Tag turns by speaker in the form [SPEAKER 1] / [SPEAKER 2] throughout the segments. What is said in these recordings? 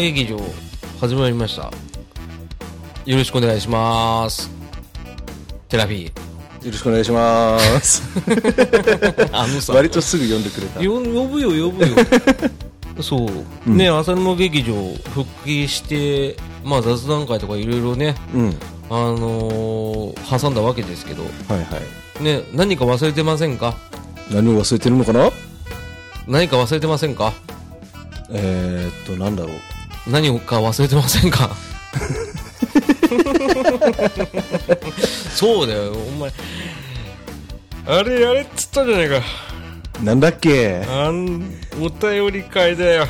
[SPEAKER 1] 劇場始まりましたよろしくお願いしますテラフィー
[SPEAKER 2] よろしくお願いします。
[SPEAKER 1] あのさ
[SPEAKER 2] 割とすぐ読んでくれた。
[SPEAKER 1] よ 呼ぶよ呼ぶ よそう、ね浅沼劇場復帰してまあ雑談会とかいろいろね
[SPEAKER 2] うん。は
[SPEAKER 1] あのー挟んだわけですけど
[SPEAKER 2] いはい。
[SPEAKER 1] ね何か忘れてませんか
[SPEAKER 2] 何を忘れてるのかな
[SPEAKER 1] 何か忘れてませんか
[SPEAKER 2] えー、っと、なんだろう。
[SPEAKER 1] 何か忘れてませんかそうだよお前あれやれっつったじゃないか
[SPEAKER 2] なんだっけ
[SPEAKER 1] あんお便り会だよ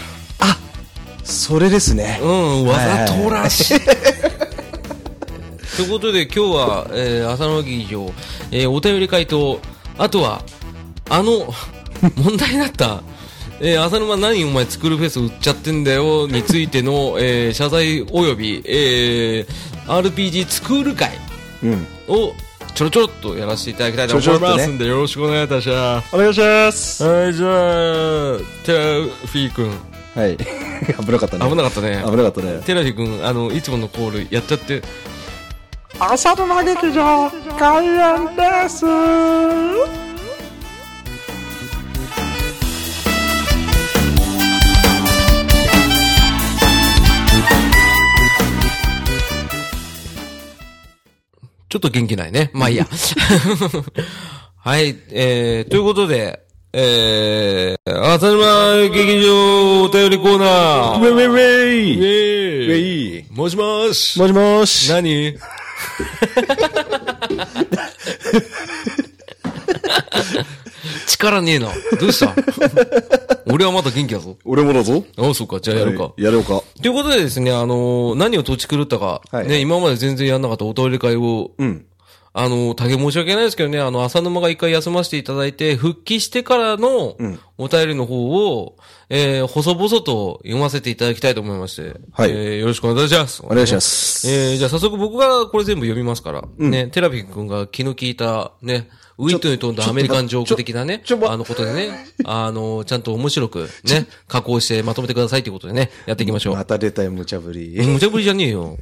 [SPEAKER 2] それですね
[SPEAKER 1] う。んわざとらしい ということで今日は、えー、浅野劇場、えーお便り会とあとはあの問題だった えー、浅沼何お前作るフェス売っちゃってんだよについての、えー謝罪および、えー RPG スクール会
[SPEAKER 2] うん。
[SPEAKER 1] をちょろちょろっとやらせていただきたいと
[SPEAKER 2] ちょ
[SPEAKER 1] 思い
[SPEAKER 2] ろちょろ
[SPEAKER 1] ま
[SPEAKER 2] っとね
[SPEAKER 1] すんでよろしくお願いいたします
[SPEAKER 2] お願いします。
[SPEAKER 1] はいじゃあテラフィー君
[SPEAKER 2] はい。 危なかったね。
[SPEAKER 1] 危なかったね
[SPEAKER 2] 危なかったね。
[SPEAKER 1] テラフィー君あのいつものコールやっちゃって
[SPEAKER 3] 朝の嘆き場開演です
[SPEAKER 1] ちょっと元気ない ね。まあいいや。 はい、えー、ということで、えー、浅沼劇場お便りコーナー。
[SPEAKER 2] ウェイウェイウェイウ
[SPEAKER 1] ェイ
[SPEAKER 2] ェイ
[SPEAKER 1] もしもし。
[SPEAKER 2] もしもし。
[SPEAKER 1] 何力ねえな。どうした 俺はまだ元気だぞ。
[SPEAKER 2] 俺もだぞ。
[SPEAKER 1] ああ、そうか。じゃあやるか。
[SPEAKER 2] はいやろうか。
[SPEAKER 1] ということでですね、あのー何を土地狂ったか、
[SPEAKER 2] はい
[SPEAKER 1] ね、今まで全然やんなかったお便り会を、
[SPEAKER 2] ん
[SPEAKER 1] あのー大変申し訳ないですけどね、あの、浅沼が一回休ませていただいて、復帰してからのお便りの方を、えー、細々と読ませていただきたいと思いまして、
[SPEAKER 2] はい
[SPEAKER 1] えーよろしくお願いします。
[SPEAKER 2] お願いします。
[SPEAKER 1] えー、じゃあ早速僕がこれ全部読みますから、ね、テラピ君が気の利いた、ね、ウィットに飛んだアメリカンジョーク的なね、
[SPEAKER 2] ちょちょ
[SPEAKER 1] あのことでね、あの、ちゃんと面白くね、加工してまとめてくださいということでね、やっていきましょう。
[SPEAKER 2] また出たよ、無茶ぶり。
[SPEAKER 1] 無茶ぶりじゃねえ よ。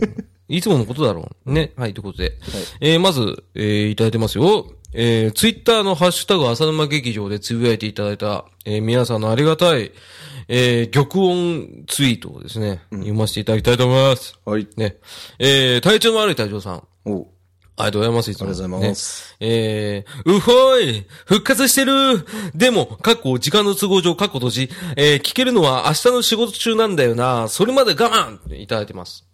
[SPEAKER 1] いつものことだろう。ね。はい、ということで。えーまず、えーいただいてますよ。えー、ツイッターのハッシュタグ浅沼劇場でつぶやいていただいた、えー皆さんのありがたい、えー玉音ツイートをですね、読ませていただきたいと思います。
[SPEAKER 2] はい。
[SPEAKER 1] ね。えー体調の悪い隊長さん。
[SPEAKER 2] お
[SPEAKER 1] ありがとうございます、いつも。
[SPEAKER 2] ありがとうございます
[SPEAKER 1] ね。えー、うほい復活してるでも、過去、時間の都合上、過去閉じ、えー、聞けるのは明日の仕事中なんだよな。それまで我慢っていただいてます。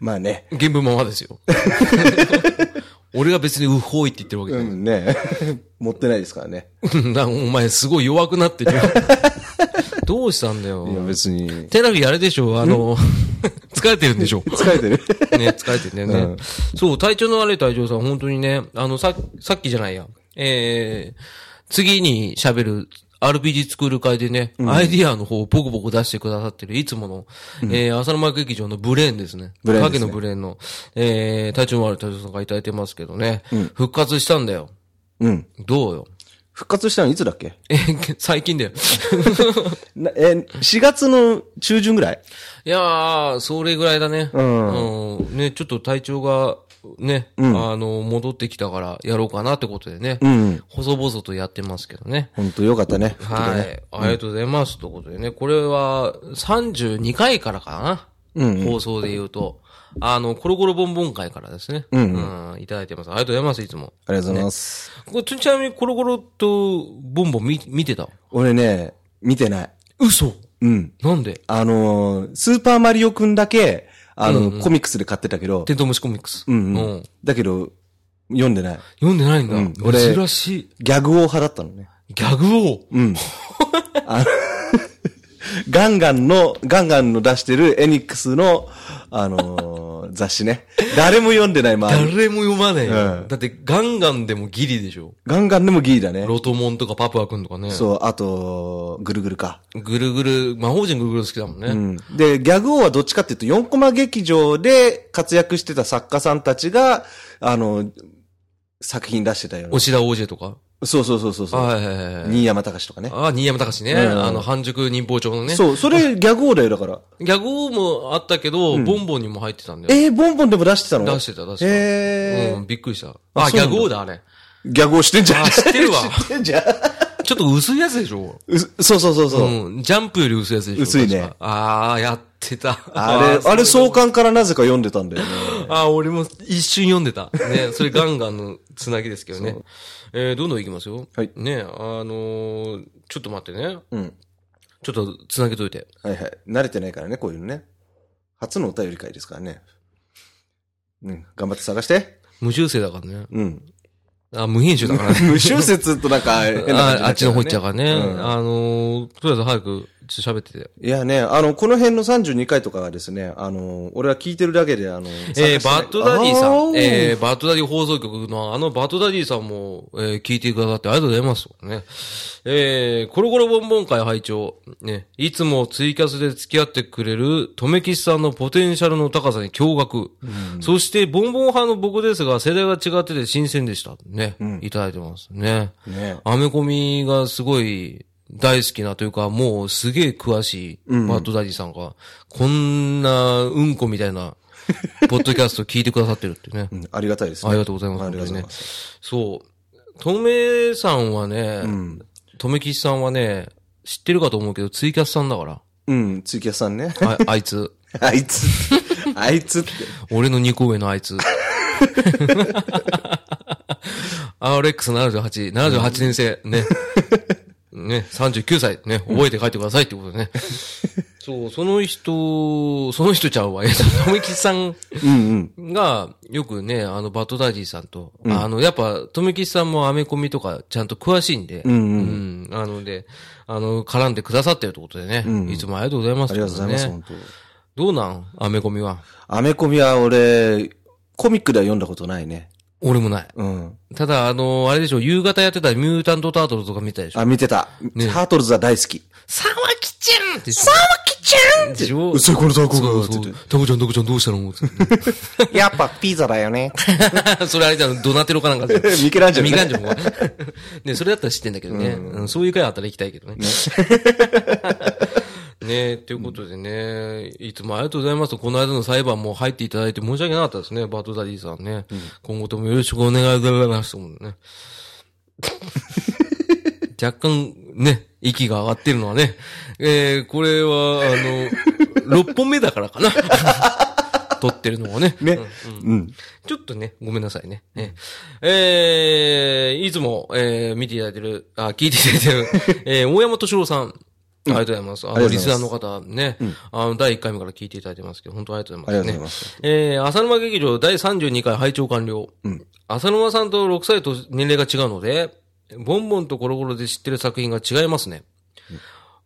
[SPEAKER 2] まあね。
[SPEAKER 1] 原文ままですよ。俺が別にうほいって言ってるわけじゃ
[SPEAKER 2] う
[SPEAKER 1] ない
[SPEAKER 2] ん、ね 持ってないですからね。
[SPEAKER 1] うん。なお前すごい弱くな ってるよ。どうしたんだよ
[SPEAKER 2] い。や、別に。
[SPEAKER 1] テラビあれでしょあ の、疲れてるんでしょ
[SPEAKER 2] 疲れてる。
[SPEAKER 1] ね、疲れてるんだよね。そう、体調の悪い隊長さん、本当にね、あの、さ、さっきじゃないや。えー、次に喋る RPG スクール会でね、アイディアの方をボコボコ出してくださってる、いつもの、えー、浅沼劇場のブレーンですね。
[SPEAKER 2] ブレーンですね
[SPEAKER 1] 影のブレーンの、えー、体調の悪い隊長さんがいただいてますけどね、復活したんだよ。
[SPEAKER 2] うん。
[SPEAKER 1] どうよ。
[SPEAKER 2] 復活したのいつだっけ
[SPEAKER 1] え、最近だよ。
[SPEAKER 2] なえー、4月の中旬ぐらい
[SPEAKER 1] いやー、それぐらいだね。
[SPEAKER 2] ん
[SPEAKER 1] うんね、ちょっと体調が、ね、あの、戻ってきたからやろうかなってことでね。
[SPEAKER 2] ん。
[SPEAKER 1] 細々とやってますけどね。
[SPEAKER 2] ほんとよかったね。
[SPEAKER 1] はい。ありがとうございます。ということでね、これは32回からかな、
[SPEAKER 2] うん
[SPEAKER 1] 放送で言うと。あの、コロコロボンボン会からですね。
[SPEAKER 2] うんう
[SPEAKER 1] うんいただいてます。ありがとうございます、いつも。
[SPEAKER 2] ありがとうございます。
[SPEAKER 1] これちなみにコロコロとボンボン見見てた
[SPEAKER 2] 俺ね、見てない。
[SPEAKER 1] 嘘
[SPEAKER 2] うん。
[SPEAKER 1] なんで
[SPEAKER 2] あのー、スーパーマリオくんだけ、あの、コミックスで買ってたけど、
[SPEAKER 1] テントウムシコミックス。
[SPEAKER 2] うんうん
[SPEAKER 1] うん
[SPEAKER 2] だけど、読んでない。
[SPEAKER 1] 読んでないんだ。
[SPEAKER 2] うん俺
[SPEAKER 1] 珍しい。
[SPEAKER 2] ギャグ王派だったのね。
[SPEAKER 1] ギャグ王。
[SPEAKER 2] うん。あのガンガンの、ガンガンの出してるエニックスの、あのー雑誌ね。誰も読んでない周り。
[SPEAKER 1] 誰も読まねえよ。
[SPEAKER 2] うん
[SPEAKER 1] だってガンガンでもギリでしょ。
[SPEAKER 2] ガンガンでもギリだね。
[SPEAKER 1] ロトモンとかパプア君とかね。
[SPEAKER 2] そう、あと、ぐるぐるか。
[SPEAKER 1] ぐるぐる、魔法陣ぐるぐる好きだもんね。
[SPEAKER 2] うんで、ギャグ王はどっちかっていうと、4コマ劇場で活躍してた作家さんたちが、あの、作品出してたような。
[SPEAKER 1] 押田 OJ とか。
[SPEAKER 2] そうそうそうそうそう。
[SPEAKER 1] はいはいはいはい
[SPEAKER 2] 新山隆とかね。
[SPEAKER 1] ああ、新山隆ね。
[SPEAKER 2] うん
[SPEAKER 1] あの、半熟忍法帳のね。
[SPEAKER 2] そう、それギャグ王だよ、だから。
[SPEAKER 1] ギャグ王もあったけど、ボンボンにも入ってたんだよ。
[SPEAKER 2] えー、ボンボンでも出してたの
[SPEAKER 1] 出してた、出してた。
[SPEAKER 2] え
[SPEAKER 1] うん、びっくりした。
[SPEAKER 2] あ
[SPEAKER 1] あ、
[SPEAKER 2] そ
[SPEAKER 1] ギ
[SPEAKER 2] うな
[SPEAKER 1] ャ
[SPEAKER 2] んだ
[SPEAKER 1] グ王だ、あれ。
[SPEAKER 2] ー、ギャグ王してんじゃん。
[SPEAKER 1] あ知ってるわ
[SPEAKER 2] 知ってんじゃん。
[SPEAKER 1] ちょっと薄いやつでしょ
[SPEAKER 2] うそうそうそうそう。
[SPEAKER 1] うん、ジャンプより薄いやつでしょ
[SPEAKER 2] 薄いね
[SPEAKER 1] 確かああ、やってた。
[SPEAKER 2] あれ、あれ創刊からなぜか読んでたんだよね。
[SPEAKER 1] あ、俺も一瞬読んでた。ね、それガンガンのつなぎです けどね。えー、どんどんいきますよ。
[SPEAKER 2] はい
[SPEAKER 1] ね、あのーちょっと待ってね。
[SPEAKER 2] うん。
[SPEAKER 1] ちょっとつなげといて。
[SPEAKER 2] はいはい。慣れてないからね、こういうのね。初のお便り会ですからね。うん。頑張って探して。
[SPEAKER 1] 無修正だからね。
[SPEAKER 2] うん。
[SPEAKER 1] あ、無編集だからね。
[SPEAKER 2] 無修説となんか 変な感じにな
[SPEAKER 1] ああっちの方行っちゃう
[SPEAKER 2] う
[SPEAKER 1] からね。
[SPEAKER 2] ん
[SPEAKER 1] あのーとりあえず早く、ちょっと喋ってて。
[SPEAKER 2] いやね、あの、この辺の32回とかはですね、あの、俺は聞いてるだけで、あの、
[SPEAKER 1] えー、バッドダディさん、え
[SPEAKER 2] え
[SPEAKER 1] ー、バッドダディ放送局のあのバッドダディさんも、えー、聞いてくださってありがとうございます。ね。えー、コロコロボンボン会拝聴ね。いつもツイキャスで付き合ってくれる、とめきしさんのポテンシャルの高さに驚愕。そして、ボンボン派の僕ですが、世代が違ってて新鮮でした。ね。いただいてますね。
[SPEAKER 2] ね
[SPEAKER 1] アメコミがすごい大好きなというか、もうすげえ詳しい、バッドダディさんが、こんなうんこみたいな、ポッドキャスト聞いてくださってるってね。
[SPEAKER 2] うんありがたいですね。
[SPEAKER 1] ありがとうございます
[SPEAKER 2] ありがとうござ
[SPEAKER 1] 本当に
[SPEAKER 2] い
[SPEAKER 1] ね
[SPEAKER 2] ます。
[SPEAKER 1] そう。とめさんはね
[SPEAKER 2] ん、
[SPEAKER 1] とめきしさんはね、知ってるかと思うけど、ツイキャスさんだから。
[SPEAKER 2] うん、ツイキャスさんね。
[SPEAKER 1] ああいつ。
[SPEAKER 2] あいつ、 あいつって。
[SPEAKER 1] 俺の2個上のあいつ。RX78、78年生、ね。ね、39歳、ね、覚えて帰ってくださいってことでね。そう、その人、その人ちゃうわ。えっと、とめきさん
[SPEAKER 2] うんうん。
[SPEAKER 1] が、よくね、あの、バッドダディさんと、あの、やっぱ、とめきさんもアメコミとかちゃんと詳しいんで、
[SPEAKER 2] うんう
[SPEAKER 1] うんあので、あの、絡んでくださってるってことでね、
[SPEAKER 2] うん
[SPEAKER 1] いつもありがとうございます、
[SPEAKER 2] ありがとうございます、
[SPEAKER 1] ね
[SPEAKER 2] 本当。
[SPEAKER 1] どうなんアメコミは。
[SPEAKER 2] アメコミは俺、コミックでは読んだことないね。
[SPEAKER 1] 俺もない。
[SPEAKER 2] うん。
[SPEAKER 1] ただ、あのあれでしょ、夕方やってたミュータントタートルとか見たでしょ。
[SPEAKER 2] あ、見てた。
[SPEAKER 1] ね
[SPEAKER 2] タートルズは大好き。
[SPEAKER 1] 沢木ちゃんって沢木ちゃんでしょ
[SPEAKER 2] 嘘この雑魚が
[SPEAKER 1] そうそう
[SPEAKER 2] って言っ
[SPEAKER 1] タコちゃん、タコちゃんどうしたのつって
[SPEAKER 2] やっぱピザだよね。
[SPEAKER 1] それあれじゃん、ドナテロかなんかで。
[SPEAKER 2] ミケランジェロね
[SPEAKER 1] ミケランジェロか ね、それだったら知ってんだけどね。うんそういう回あったら行きたいけどね。 ねということでね、いつもありがとうございます。この間の裁判も入っていただいて申し訳なかったですね、バトダディさんね。今後ともよろしくお願いいたしますもん ね。若干、ね、息が上がってるのはね、えー、これは、あの、6本目だからかな。 撮ってるのはね。
[SPEAKER 2] ね
[SPEAKER 1] うん。
[SPEAKER 2] うん。
[SPEAKER 1] ちょっとね、ごめんなさいね。ねえー、いつも、えー、見ていただいてる、あ、聞いていただい てる、えー、大山敏郎さん。ありがとうございます。あ
[SPEAKER 2] あ
[SPEAKER 1] の、
[SPEAKER 2] りがとう
[SPEAKER 1] リ
[SPEAKER 2] ご
[SPEAKER 1] スナ
[SPEAKER 2] ざい
[SPEAKER 1] ー
[SPEAKER 2] ま
[SPEAKER 1] の方ね、あの、第1回目から聞いていただいてますけど、本当ありがとうございます、ね。
[SPEAKER 2] ありがとうございます
[SPEAKER 1] えー、浅沼劇場第32回拝聴完了。浅沼さんと6歳と年齢が違うので、ボンボンとコロコロで知ってる作品が違いますね。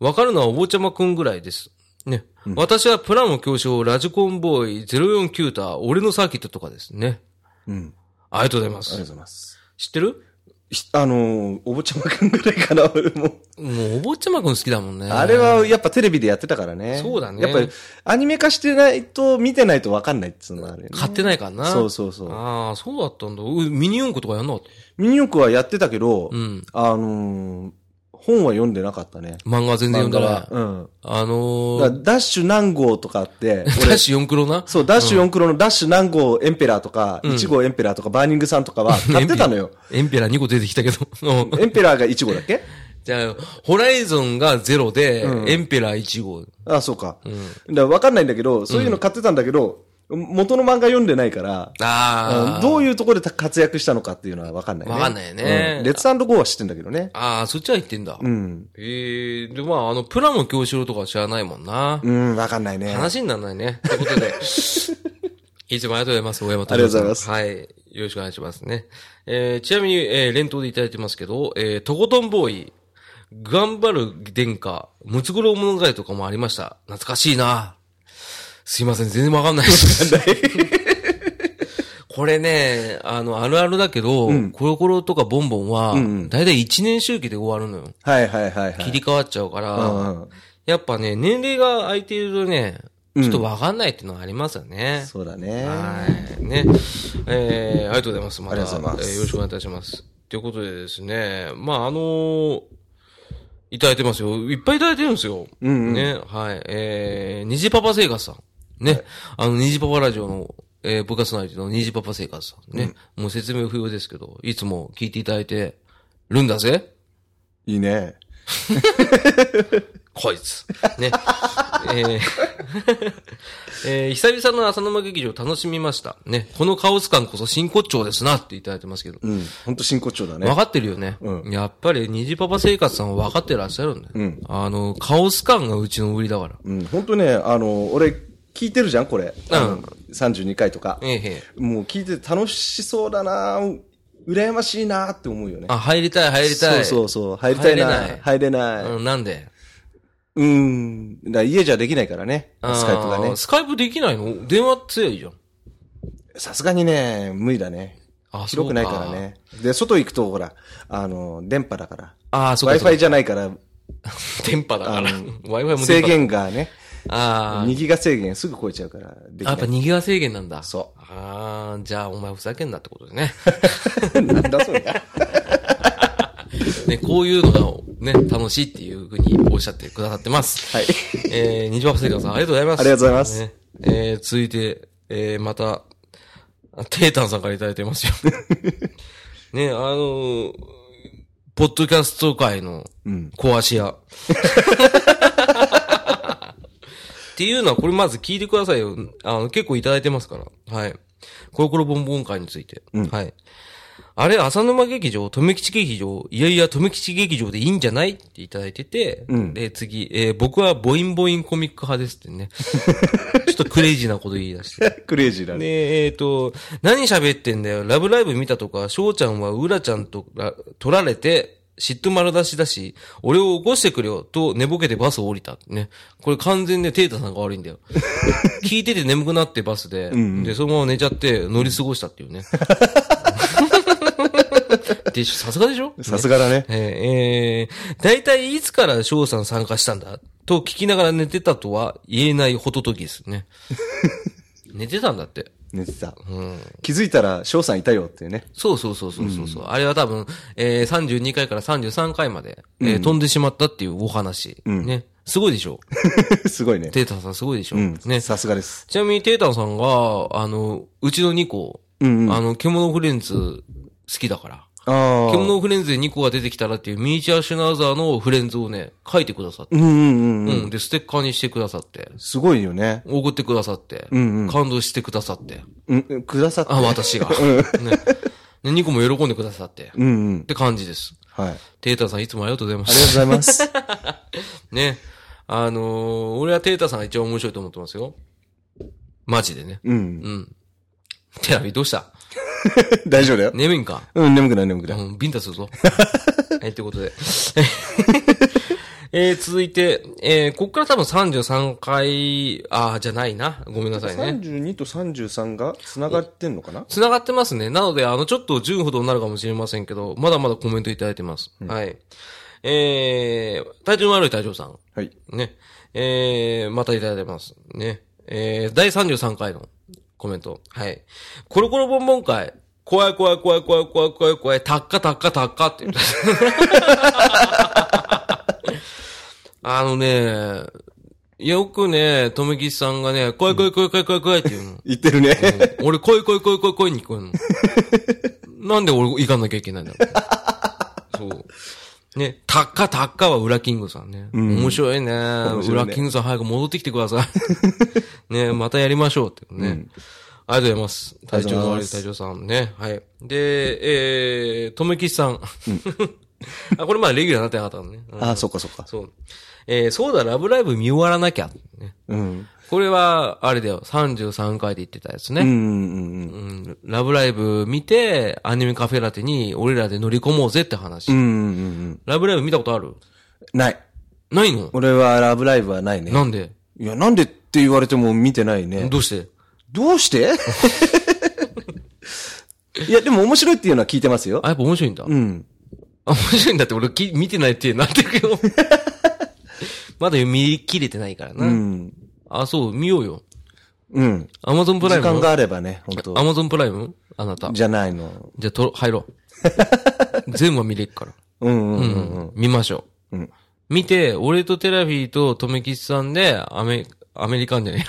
[SPEAKER 1] わかるのはお坊ちゃまくんぐらいです。ね。私はプラモ教賞、ラジコンボーイ、049ター、俺のサーキットとかですね。
[SPEAKER 2] うん。
[SPEAKER 1] ありがとうございま
[SPEAKER 2] ありがとうご
[SPEAKER 1] す。
[SPEAKER 2] ざいます。
[SPEAKER 1] 知ってる
[SPEAKER 2] ひあのー、おぼちゃまくんぐらいかな、俺も。
[SPEAKER 1] もう、お坊ちゃまくん好きだもんね。
[SPEAKER 2] あれはやっぱテレビでやってたからね。
[SPEAKER 1] そうだね
[SPEAKER 2] やっぱりアニメ化してないと見てないとわかんないっつうのはあるよね。
[SPEAKER 1] 買ってないからな。
[SPEAKER 2] そうそうそう
[SPEAKER 1] ああ、そうだったんだ。うミニ四駆とかやんなかっ
[SPEAKER 2] ミニ四駆はやってたけど、
[SPEAKER 1] た。うん。
[SPEAKER 2] あのー、本は読んでなかったね。
[SPEAKER 1] 漫画全然読んだら。
[SPEAKER 2] うん。
[SPEAKER 1] あの
[SPEAKER 2] だから
[SPEAKER 1] ー、
[SPEAKER 2] ダッシュ何号とか あって、
[SPEAKER 1] ダ
[SPEAKER 2] 俺
[SPEAKER 1] ッシュ四クロな。
[SPEAKER 2] そう、ダッシュ4クロのダッシュ何号エンペラーとか、1号エンペラーとか、バーニングさんとかは買ってたのよ。
[SPEAKER 1] エンペラー2個出てきたけど。 うん
[SPEAKER 2] エンペラーが1号だっけ
[SPEAKER 1] じゃあ、ホライゾンがゼロで、エンペラー1号。
[SPEAKER 2] あそうか。だから分かんないんだけど、そういうの買ってたんだけど、元の漫画読んでないから、
[SPEAKER 1] あ
[SPEAKER 2] うん
[SPEAKER 1] あ。
[SPEAKER 2] どう
[SPEAKER 1] う
[SPEAKER 2] いうところで活躍したのかっていうのは分かんないね。
[SPEAKER 1] わかんないよね
[SPEAKER 2] うんレッツゴーは知ってんだけどね。
[SPEAKER 1] ああ、そっちは言ってんだ。
[SPEAKER 2] うん。
[SPEAKER 1] ええで、まあ、あの、プラモ教師郎とかは知らないもんな。
[SPEAKER 2] うん、分かんないね。
[SPEAKER 1] 話にならないね。ということで。 いつもありがとうございます、大山
[SPEAKER 2] ありがとうございます
[SPEAKER 1] さんはい。よろしくお願いしますね。えー、ちなみに、えー、連投でいただいてますけど、えー、とことんボーイ、頑張る殿下、ムツゴロウ物語とかもありました。懐かしいな。すいません、全然わかんないです。これね、あの、あるあるだけど、コロコロとかボンボンは、だいたい1年周期で終わるのよ。
[SPEAKER 2] はいはいはいは
[SPEAKER 1] 切
[SPEAKER 2] い。
[SPEAKER 1] り替わっちゃうから、
[SPEAKER 2] うんうん
[SPEAKER 1] やっぱね、年齢が空いているとね、ちょっとわかんないっていうのはありますよね。
[SPEAKER 2] そうだね。
[SPEAKER 1] はい。ね。えー、ありがとうございます。また
[SPEAKER 2] ありがとうございます
[SPEAKER 1] えーよろしくお願いいたします。ってことでですね、まあ、あのーいただいてますよ。いっぱいいただいてるんですよ。
[SPEAKER 2] うんうん
[SPEAKER 1] ね、はい。えー、虹パパ生活さん。ね、あの、虹パパラジオの、えー、部活内での虹パパ生活さん。ね、もう説明不要ですけど、いつも聞いていただいてるんだぜ。
[SPEAKER 2] いいね。
[SPEAKER 1] こいつ。ね。えーえー久々の浅沼劇場楽しみました。ね。このカオス感こそ真骨頂ですなっていただいてますけど。
[SPEAKER 2] うん。ほんと真骨頂だね
[SPEAKER 1] 分。かってるよね。
[SPEAKER 2] う
[SPEAKER 1] やっぱり、虹パパ生活さんは分かってらっしゃるんだよ。
[SPEAKER 2] うん
[SPEAKER 1] あの、カオス感がうちの売りだから。
[SPEAKER 2] うん。ほんとね、あの、俺、聞いてるじゃん、これ。
[SPEAKER 1] うん
[SPEAKER 2] あの32回とか。
[SPEAKER 1] ええへえ。
[SPEAKER 2] もう聞いてて楽しそうだな羨ましいなって思うよね。
[SPEAKER 1] あ、入りたい、入りたい。
[SPEAKER 2] そうそうそう。入りたいな
[SPEAKER 1] 入れない
[SPEAKER 2] 入れない。
[SPEAKER 1] うん、なんで
[SPEAKER 2] うん。だから家じゃできないからね。スカイプが
[SPEAKER 1] あ
[SPEAKER 2] ね
[SPEAKER 1] ー。スカイプできないの電話強いじゃん。
[SPEAKER 2] さすがにね、無理だね。
[SPEAKER 1] あ、そう
[SPEAKER 2] 広くないから。ね。で、外行くと、ほら、あの、電波だから。
[SPEAKER 1] あーそうかそうか
[SPEAKER 2] Wi-Fi じゃないから、
[SPEAKER 1] 電波だから。
[SPEAKER 2] あ
[SPEAKER 1] Wi-Fi も電波
[SPEAKER 2] 制。限がね、
[SPEAKER 1] ああ。
[SPEAKER 2] 右が制限すぐ超えちゃうから、でき
[SPEAKER 1] あやっぱ
[SPEAKER 2] な
[SPEAKER 1] 逃げは制限なんだ。。
[SPEAKER 2] そう
[SPEAKER 1] ああ、じゃあお前ふざけんなってことでね。
[SPEAKER 2] い。なんだそれ。
[SPEAKER 1] ね、こういうのがね、楽しいっていうふうにおっしゃってくださってます。
[SPEAKER 2] はい。
[SPEAKER 1] えー、虹パパ生活さん、ありがとうございます。
[SPEAKER 2] ありがとうございます
[SPEAKER 1] ね。えー、続いて、えー、また、あテータンさんからいただいて ますよ。ね、あのーポッドキャスト界の
[SPEAKER 2] うん。
[SPEAKER 1] 壊し屋。っていうのは、これまず聞いてくださいよ。あの、結構いただいてますから。はい。コロコロボンボン会について。
[SPEAKER 2] うん
[SPEAKER 1] はい。あれ、浅沼劇場、留吉劇場、いやいや、留吉劇場でいいんじゃないっていただいてて、
[SPEAKER 2] うん
[SPEAKER 1] で、次、えー僕はボインボインコミック派ですってね。 ちょっとクレイジーなこと言い出して。
[SPEAKER 2] クレイジーだね。
[SPEAKER 1] ねえ、えっ、と、何喋ってんだよ。ラブライブ見たとか、翔ちゃんはうらちゃんとら取られて、嫉妬丸出しだし、俺を起こしてくれよ、と寝ぼけてバスを降りた。ね。これ完全でテータさんが悪いんだよ。 聞いてて眠くなってバスで、で、そのまま寝ちゃって乗り過ごしたっていう ね。でしょさすがでしょ
[SPEAKER 2] さすがだね。
[SPEAKER 1] えーえー、大体いつから翔さん参加したんだと聞きながら寝てたとは言えないホトトギです ね。寝てたんだって。
[SPEAKER 2] 寝てた。
[SPEAKER 1] うん。
[SPEAKER 2] 気づいたら、翔さんいたよっていうね。
[SPEAKER 1] そうそうそうそうそうそう、あれは多分、えー、32回から33回まで、えー飛んでしまったっていうお話。ね。すごいでしょ
[SPEAKER 2] すごいね。
[SPEAKER 1] テータンさんすごいでしょ、
[SPEAKER 2] うん。
[SPEAKER 1] ね。
[SPEAKER 2] さすがです。
[SPEAKER 1] ちなみにテータンさんが、あの、うちの2個、
[SPEAKER 2] うんうん
[SPEAKER 1] あの、獣フレンズ好きだから。
[SPEAKER 2] ああ。
[SPEAKER 1] 獣フレンズで2個が出てきたらっていうミーチャー・シュナウザーのフレンズをね、書いてくださって、
[SPEAKER 2] うんうんうん
[SPEAKER 1] う
[SPEAKER 2] うんん。、
[SPEAKER 1] で、ステッカーにしてくださって、
[SPEAKER 2] すごいよね。
[SPEAKER 1] 送ってくださって、
[SPEAKER 2] うんうん
[SPEAKER 1] 感動してくださって、
[SPEAKER 2] うんうん、くださって。
[SPEAKER 1] あ、私が。ね。で、2個も喜んでくださって、っ
[SPEAKER 2] うんうん。
[SPEAKER 1] て感じです。
[SPEAKER 2] はい。ありが
[SPEAKER 1] テータさんいつもありがとうございま
[SPEAKER 2] とうご
[SPEAKER 1] す。
[SPEAKER 2] ざいます。
[SPEAKER 1] ね。あのー俺はテータさんが一番面白いと思ってますよ。マジでね。
[SPEAKER 2] うん。
[SPEAKER 1] うん。テラビどうした
[SPEAKER 2] 大丈夫だよ。
[SPEAKER 1] 眠いんか
[SPEAKER 2] うん、眠くない眠くない。
[SPEAKER 1] うん、ビンタする ぞ。はい、ということで。 えー、続いて、えー、こっから多分33回、あー、じゃないな。ごめんなさいね。
[SPEAKER 2] 32と33が繋がってんのかな
[SPEAKER 1] 繋がってますね。なので、あの、ちょっと10ほどになるかもしれませんけど、まだまだコメントいただいてます。はい。えー、体調の悪い隊長さん。
[SPEAKER 2] はい。
[SPEAKER 1] ね。えー、またいただいてます。ね。えー、第33回のコメント。はい。コロコロボンボン会。怖い怖い怖い怖い怖い怖い怖い。たっかたっかたっかって言う。あのね、よくね、とめきさんがね、怖い怖い怖い怖い怖い怖いって言うの。
[SPEAKER 2] 言ってるね。
[SPEAKER 1] 俺、来い来い来い来い来いに聞こえる の。なんで俺行かなきゃいけないんだろう。そう。ね、タッカタッカはウラキングさんね。面白いね。
[SPEAKER 2] 面
[SPEAKER 1] ウ
[SPEAKER 2] 白いね
[SPEAKER 1] ラキングさん早く戻ってきてくださ い。ね、またやりましょうってね。ありがとうございます。
[SPEAKER 2] あり
[SPEAKER 1] 体
[SPEAKER 2] が
[SPEAKER 1] 調
[SPEAKER 2] とう
[SPEAKER 1] の悪
[SPEAKER 2] ございま
[SPEAKER 1] い
[SPEAKER 2] す
[SPEAKER 1] 隊長さんね。はい。で、えー、とめきさん。 あ、これまあレギュラーになってなかったのね。うん
[SPEAKER 2] ああ、そっかそっか。
[SPEAKER 1] そう。えー、そうだ、ラブライブ見終わらなきゃ。ね
[SPEAKER 2] うん。
[SPEAKER 1] これは、あれだよ、33回で言ってたやつね。
[SPEAKER 2] うんうんうん。
[SPEAKER 1] うん、ラブライブ見て、アニメカフェラテに俺らで乗り込もうぜって話。
[SPEAKER 2] うんうんうんうん。
[SPEAKER 1] ラブライブ見たことある
[SPEAKER 2] ない。
[SPEAKER 1] ないの
[SPEAKER 2] 俺はラブライブはないね。
[SPEAKER 1] なんで
[SPEAKER 2] いや、なんでって言われても見てないね。
[SPEAKER 1] どうして
[SPEAKER 2] どうして いや、でも面白いっていうのは聞いてますよ
[SPEAKER 1] あ、。やっぱ面白いんだ。
[SPEAKER 2] うん。
[SPEAKER 1] あ、面白いんだって俺き見てないってなってる よ。まだ見切れてないからな。
[SPEAKER 2] うん。
[SPEAKER 1] あ、そう、見ようよ。
[SPEAKER 2] うん。
[SPEAKER 1] アマゾンプ
[SPEAKER 2] 時
[SPEAKER 1] ライム
[SPEAKER 2] 間があればね、本
[SPEAKER 1] ア
[SPEAKER 2] 当
[SPEAKER 1] マゾンプライムあなた。じ
[SPEAKER 2] じゃないの。
[SPEAKER 1] ゃあ、と、入ろう。全部は見れるから。
[SPEAKER 2] うんう
[SPEAKER 1] う、
[SPEAKER 2] ん うんんうん。
[SPEAKER 1] 見ましょう。
[SPEAKER 2] うん
[SPEAKER 1] 見て、俺とテラフィーととめきちさんで、アメ、アメリカンじゃね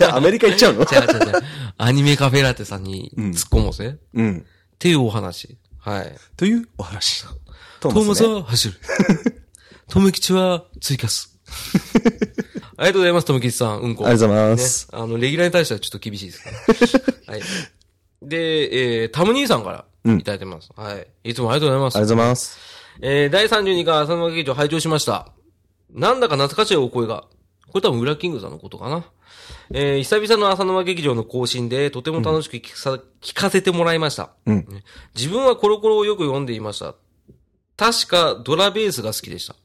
[SPEAKER 1] えよ。
[SPEAKER 2] アメリカ行っちゃうの
[SPEAKER 1] 違う違う違う。アニメカフェラテさんに
[SPEAKER 2] うん
[SPEAKER 1] 突っ込もうぜ。っ
[SPEAKER 2] うん。
[SPEAKER 1] ていうお話。はい。
[SPEAKER 2] というお話。
[SPEAKER 1] ト
[SPEAKER 2] ト
[SPEAKER 1] ーマス
[SPEAKER 2] ね
[SPEAKER 1] は走る。 とめきちは追加す。 ありがとうございます、とめきちさん。うんこ。
[SPEAKER 2] ありがとうございます。
[SPEAKER 1] ね、あの、レギュラーに対してはちょっと厳しいです から。はい。で、えー、タム兄さんからいただいてます。はい。いつもありがとうござい
[SPEAKER 2] ありが
[SPEAKER 1] ます。
[SPEAKER 2] とうございます。
[SPEAKER 1] えー、第32回浅沼劇場拝聴しました。なんだか懐かしいお声が。これ多分、ウラキングさんのことかな。えー、久々の浅沼劇場の更新で、とても楽しく聞かさ、聞かせてもらいました。
[SPEAKER 2] うん。
[SPEAKER 1] 自分はコロコロをよく読んでいました。確かドラベースが好きでした。っ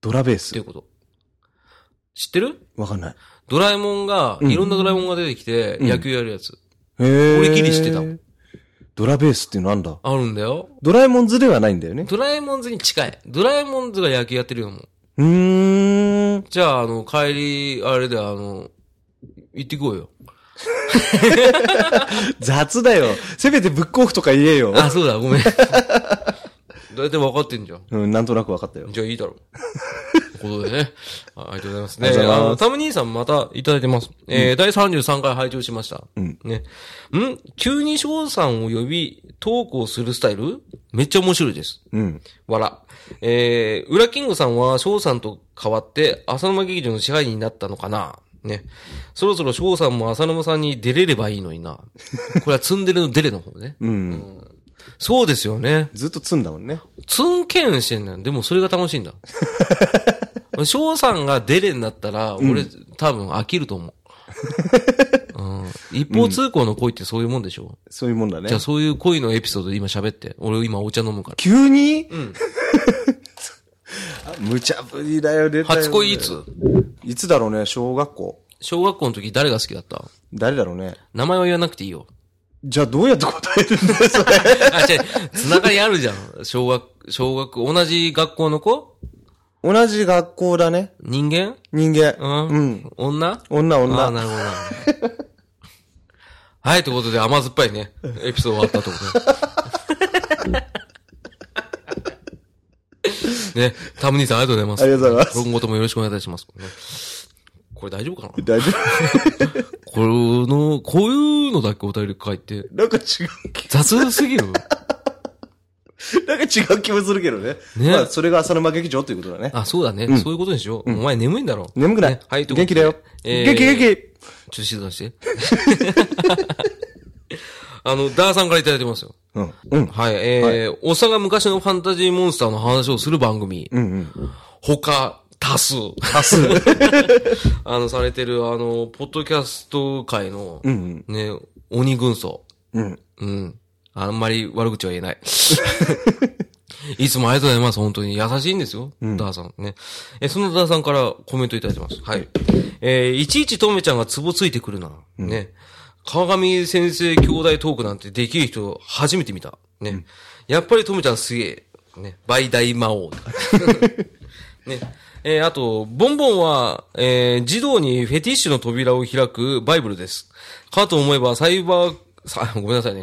[SPEAKER 2] ドラベー
[SPEAKER 1] てい
[SPEAKER 2] ス
[SPEAKER 1] う。こと。知ってる
[SPEAKER 2] わかんない。
[SPEAKER 1] ドラえもんが、いろんなドラえもんが出てきて、
[SPEAKER 2] ん
[SPEAKER 1] 野球やるやつ。
[SPEAKER 2] へえ。
[SPEAKER 1] 俺ギリ知ってたもん。
[SPEAKER 2] ドラベースってなんだ
[SPEAKER 1] あるんだよ。
[SPEAKER 2] ドラえもんズではないんだよね。
[SPEAKER 1] ドラえもんズに近い。ドラえもんズが野球やってるよ、もう。
[SPEAKER 2] うーん。
[SPEAKER 1] じゃあ、あの、帰り、あれで、あの、行ってこうよ。
[SPEAKER 2] 雑だよ。せめてブックオフとか言えよ。
[SPEAKER 1] あ、そうだ、ごめん。大体分かってんじゃん。
[SPEAKER 2] うん、なんとなくわかったよ。
[SPEAKER 1] じゃあいいだろう。ということでね。あありがとうございます
[SPEAKER 2] あ
[SPEAKER 1] ね。
[SPEAKER 2] りがとうご
[SPEAKER 1] あ
[SPEAKER 2] ざいます
[SPEAKER 1] の、タム兄さんまたいただいてます。えー、第33回拝聴しました。
[SPEAKER 2] ん
[SPEAKER 1] ね。ん急に翔さんを呼び、トークをするスタイルめっちゃ面白いです。
[SPEAKER 2] うん。
[SPEAKER 1] わら。えー、裏キングさんは翔さんと変わって、浅沼劇場の支配人になったのかなね。そろそろ翔さんも浅沼さんに出れればいいのにな。 これは積んでるの出れの方ね。
[SPEAKER 2] うん。
[SPEAKER 1] そうですよね。
[SPEAKER 2] ずっと積んだもんね。
[SPEAKER 1] ツンケンしてんだよ。でもそれが楽しいん だ。翔さんが出れになったら、俺、多分飽きると 思う。うん、一方通行の恋ってそういうもんでしょ、
[SPEAKER 2] そういうもんだね
[SPEAKER 1] じゃあ。そういう恋のエピソード今喋って。俺今お茶飲むから。
[SPEAKER 2] 急にうん。 無茶ぶりだよ、出たよね
[SPEAKER 1] 初恋いつ
[SPEAKER 2] いつだろうね、小学校。
[SPEAKER 1] 小学校の時誰が好きだった
[SPEAKER 2] 誰だろうね。
[SPEAKER 1] 名前は言わなくていいよ。
[SPEAKER 2] じゃあどうやって答えるんだよ、それ。
[SPEAKER 1] あ、違う、つながりあるじゃん。小学、小学、同じ学校の子
[SPEAKER 2] 同じ学校だね。
[SPEAKER 1] 人間
[SPEAKER 2] 人間。
[SPEAKER 1] うん。
[SPEAKER 2] うん。
[SPEAKER 1] 女
[SPEAKER 2] 女、
[SPEAKER 1] ああ、
[SPEAKER 2] 女。
[SPEAKER 1] なるほどな。はい、ということで甘酸っぱいね、エピソードがあったとことで。 ね、タム兄さんありがとうございます。
[SPEAKER 2] ありがとうございます
[SPEAKER 1] 今後ともよろしくお願いいたします。ねこれ大丈夫かな
[SPEAKER 2] 大丈夫。
[SPEAKER 1] この、こういうのだけお便り書いて、
[SPEAKER 2] なんか違う気、
[SPEAKER 1] 雑すぎる。
[SPEAKER 2] なんか違う気もするけどね。
[SPEAKER 1] ね
[SPEAKER 2] まあ、それが浅沼劇場ということだね。
[SPEAKER 1] あ、そうだね。そういうことにしよう。お前眠いんだろ。
[SPEAKER 2] 眠くない、
[SPEAKER 1] ねはい、という
[SPEAKER 2] 元
[SPEAKER 1] こと
[SPEAKER 2] 気
[SPEAKER 1] で
[SPEAKER 2] だよ。
[SPEAKER 1] えー
[SPEAKER 2] 元気元気
[SPEAKER 1] ちょっと静かにして。 あの、ダーさんからいただいてますよ。
[SPEAKER 2] うん。うん。
[SPEAKER 1] はい、えー、おっさんが昔のファンタジーモンスターの話をする番組。
[SPEAKER 2] うんうん。
[SPEAKER 1] 他、多数。
[SPEAKER 2] 多数。
[SPEAKER 1] あの、されてる、あの、ポッドキャスト界の、
[SPEAKER 2] うん
[SPEAKER 1] ね、鬼軍曹。
[SPEAKER 2] うん。うん。
[SPEAKER 1] うん。あんまり悪口は言えない。いつもありがとうございます。本当に優しいんですよ。ダーさんね。え、そのダーさんからコメントいただいてます。はい。えーいちいちとめちゃんがツボついてくるな。ね。川上先生兄弟トークなんてできる人初めて見た。ね。やっぱりとめちゃんすげえ。ね。大大魔王。ね。えーあと、ボンボンは、えー児童にフェティッシュの扉を開くバイブルです。かと思えばサイバー、さ、 ごめんなさいね。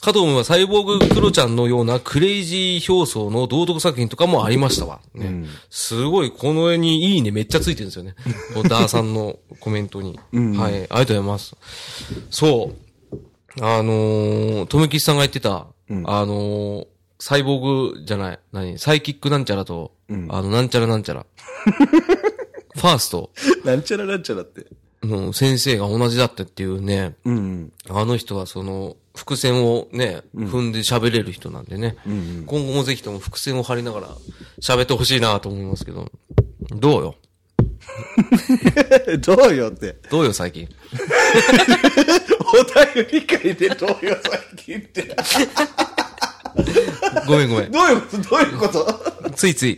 [SPEAKER 1] かと思えばサイボーグクロちゃんのようなクレイジー表層の道読作品とかもありましたわ。ねすごい、この絵にいいねめっちゃついてるんですよね。こうダーさんのコメントに。はい、ありがとうございます。そう。あのー、とめきちさんが言ってた、あのー、サイボーグじゃない、何サイキックなんちゃらと、あの、なんちゃらなんちゃら。 ファースト
[SPEAKER 2] なんちゃらなんちゃらって。
[SPEAKER 1] の先生が同じだったっていうね、
[SPEAKER 2] うんうん。
[SPEAKER 1] あの人はその、伏線をね、踏んで喋れる人なんでね、今後もぜひとも伏線を張りながら喋ってほしいなと思いますけど、どうよ
[SPEAKER 2] どうよって。
[SPEAKER 1] どうよ最近
[SPEAKER 2] お便り会でどうよ最近って。
[SPEAKER 1] ごめんごめん。
[SPEAKER 2] どういうことどういうこと
[SPEAKER 1] ついつい。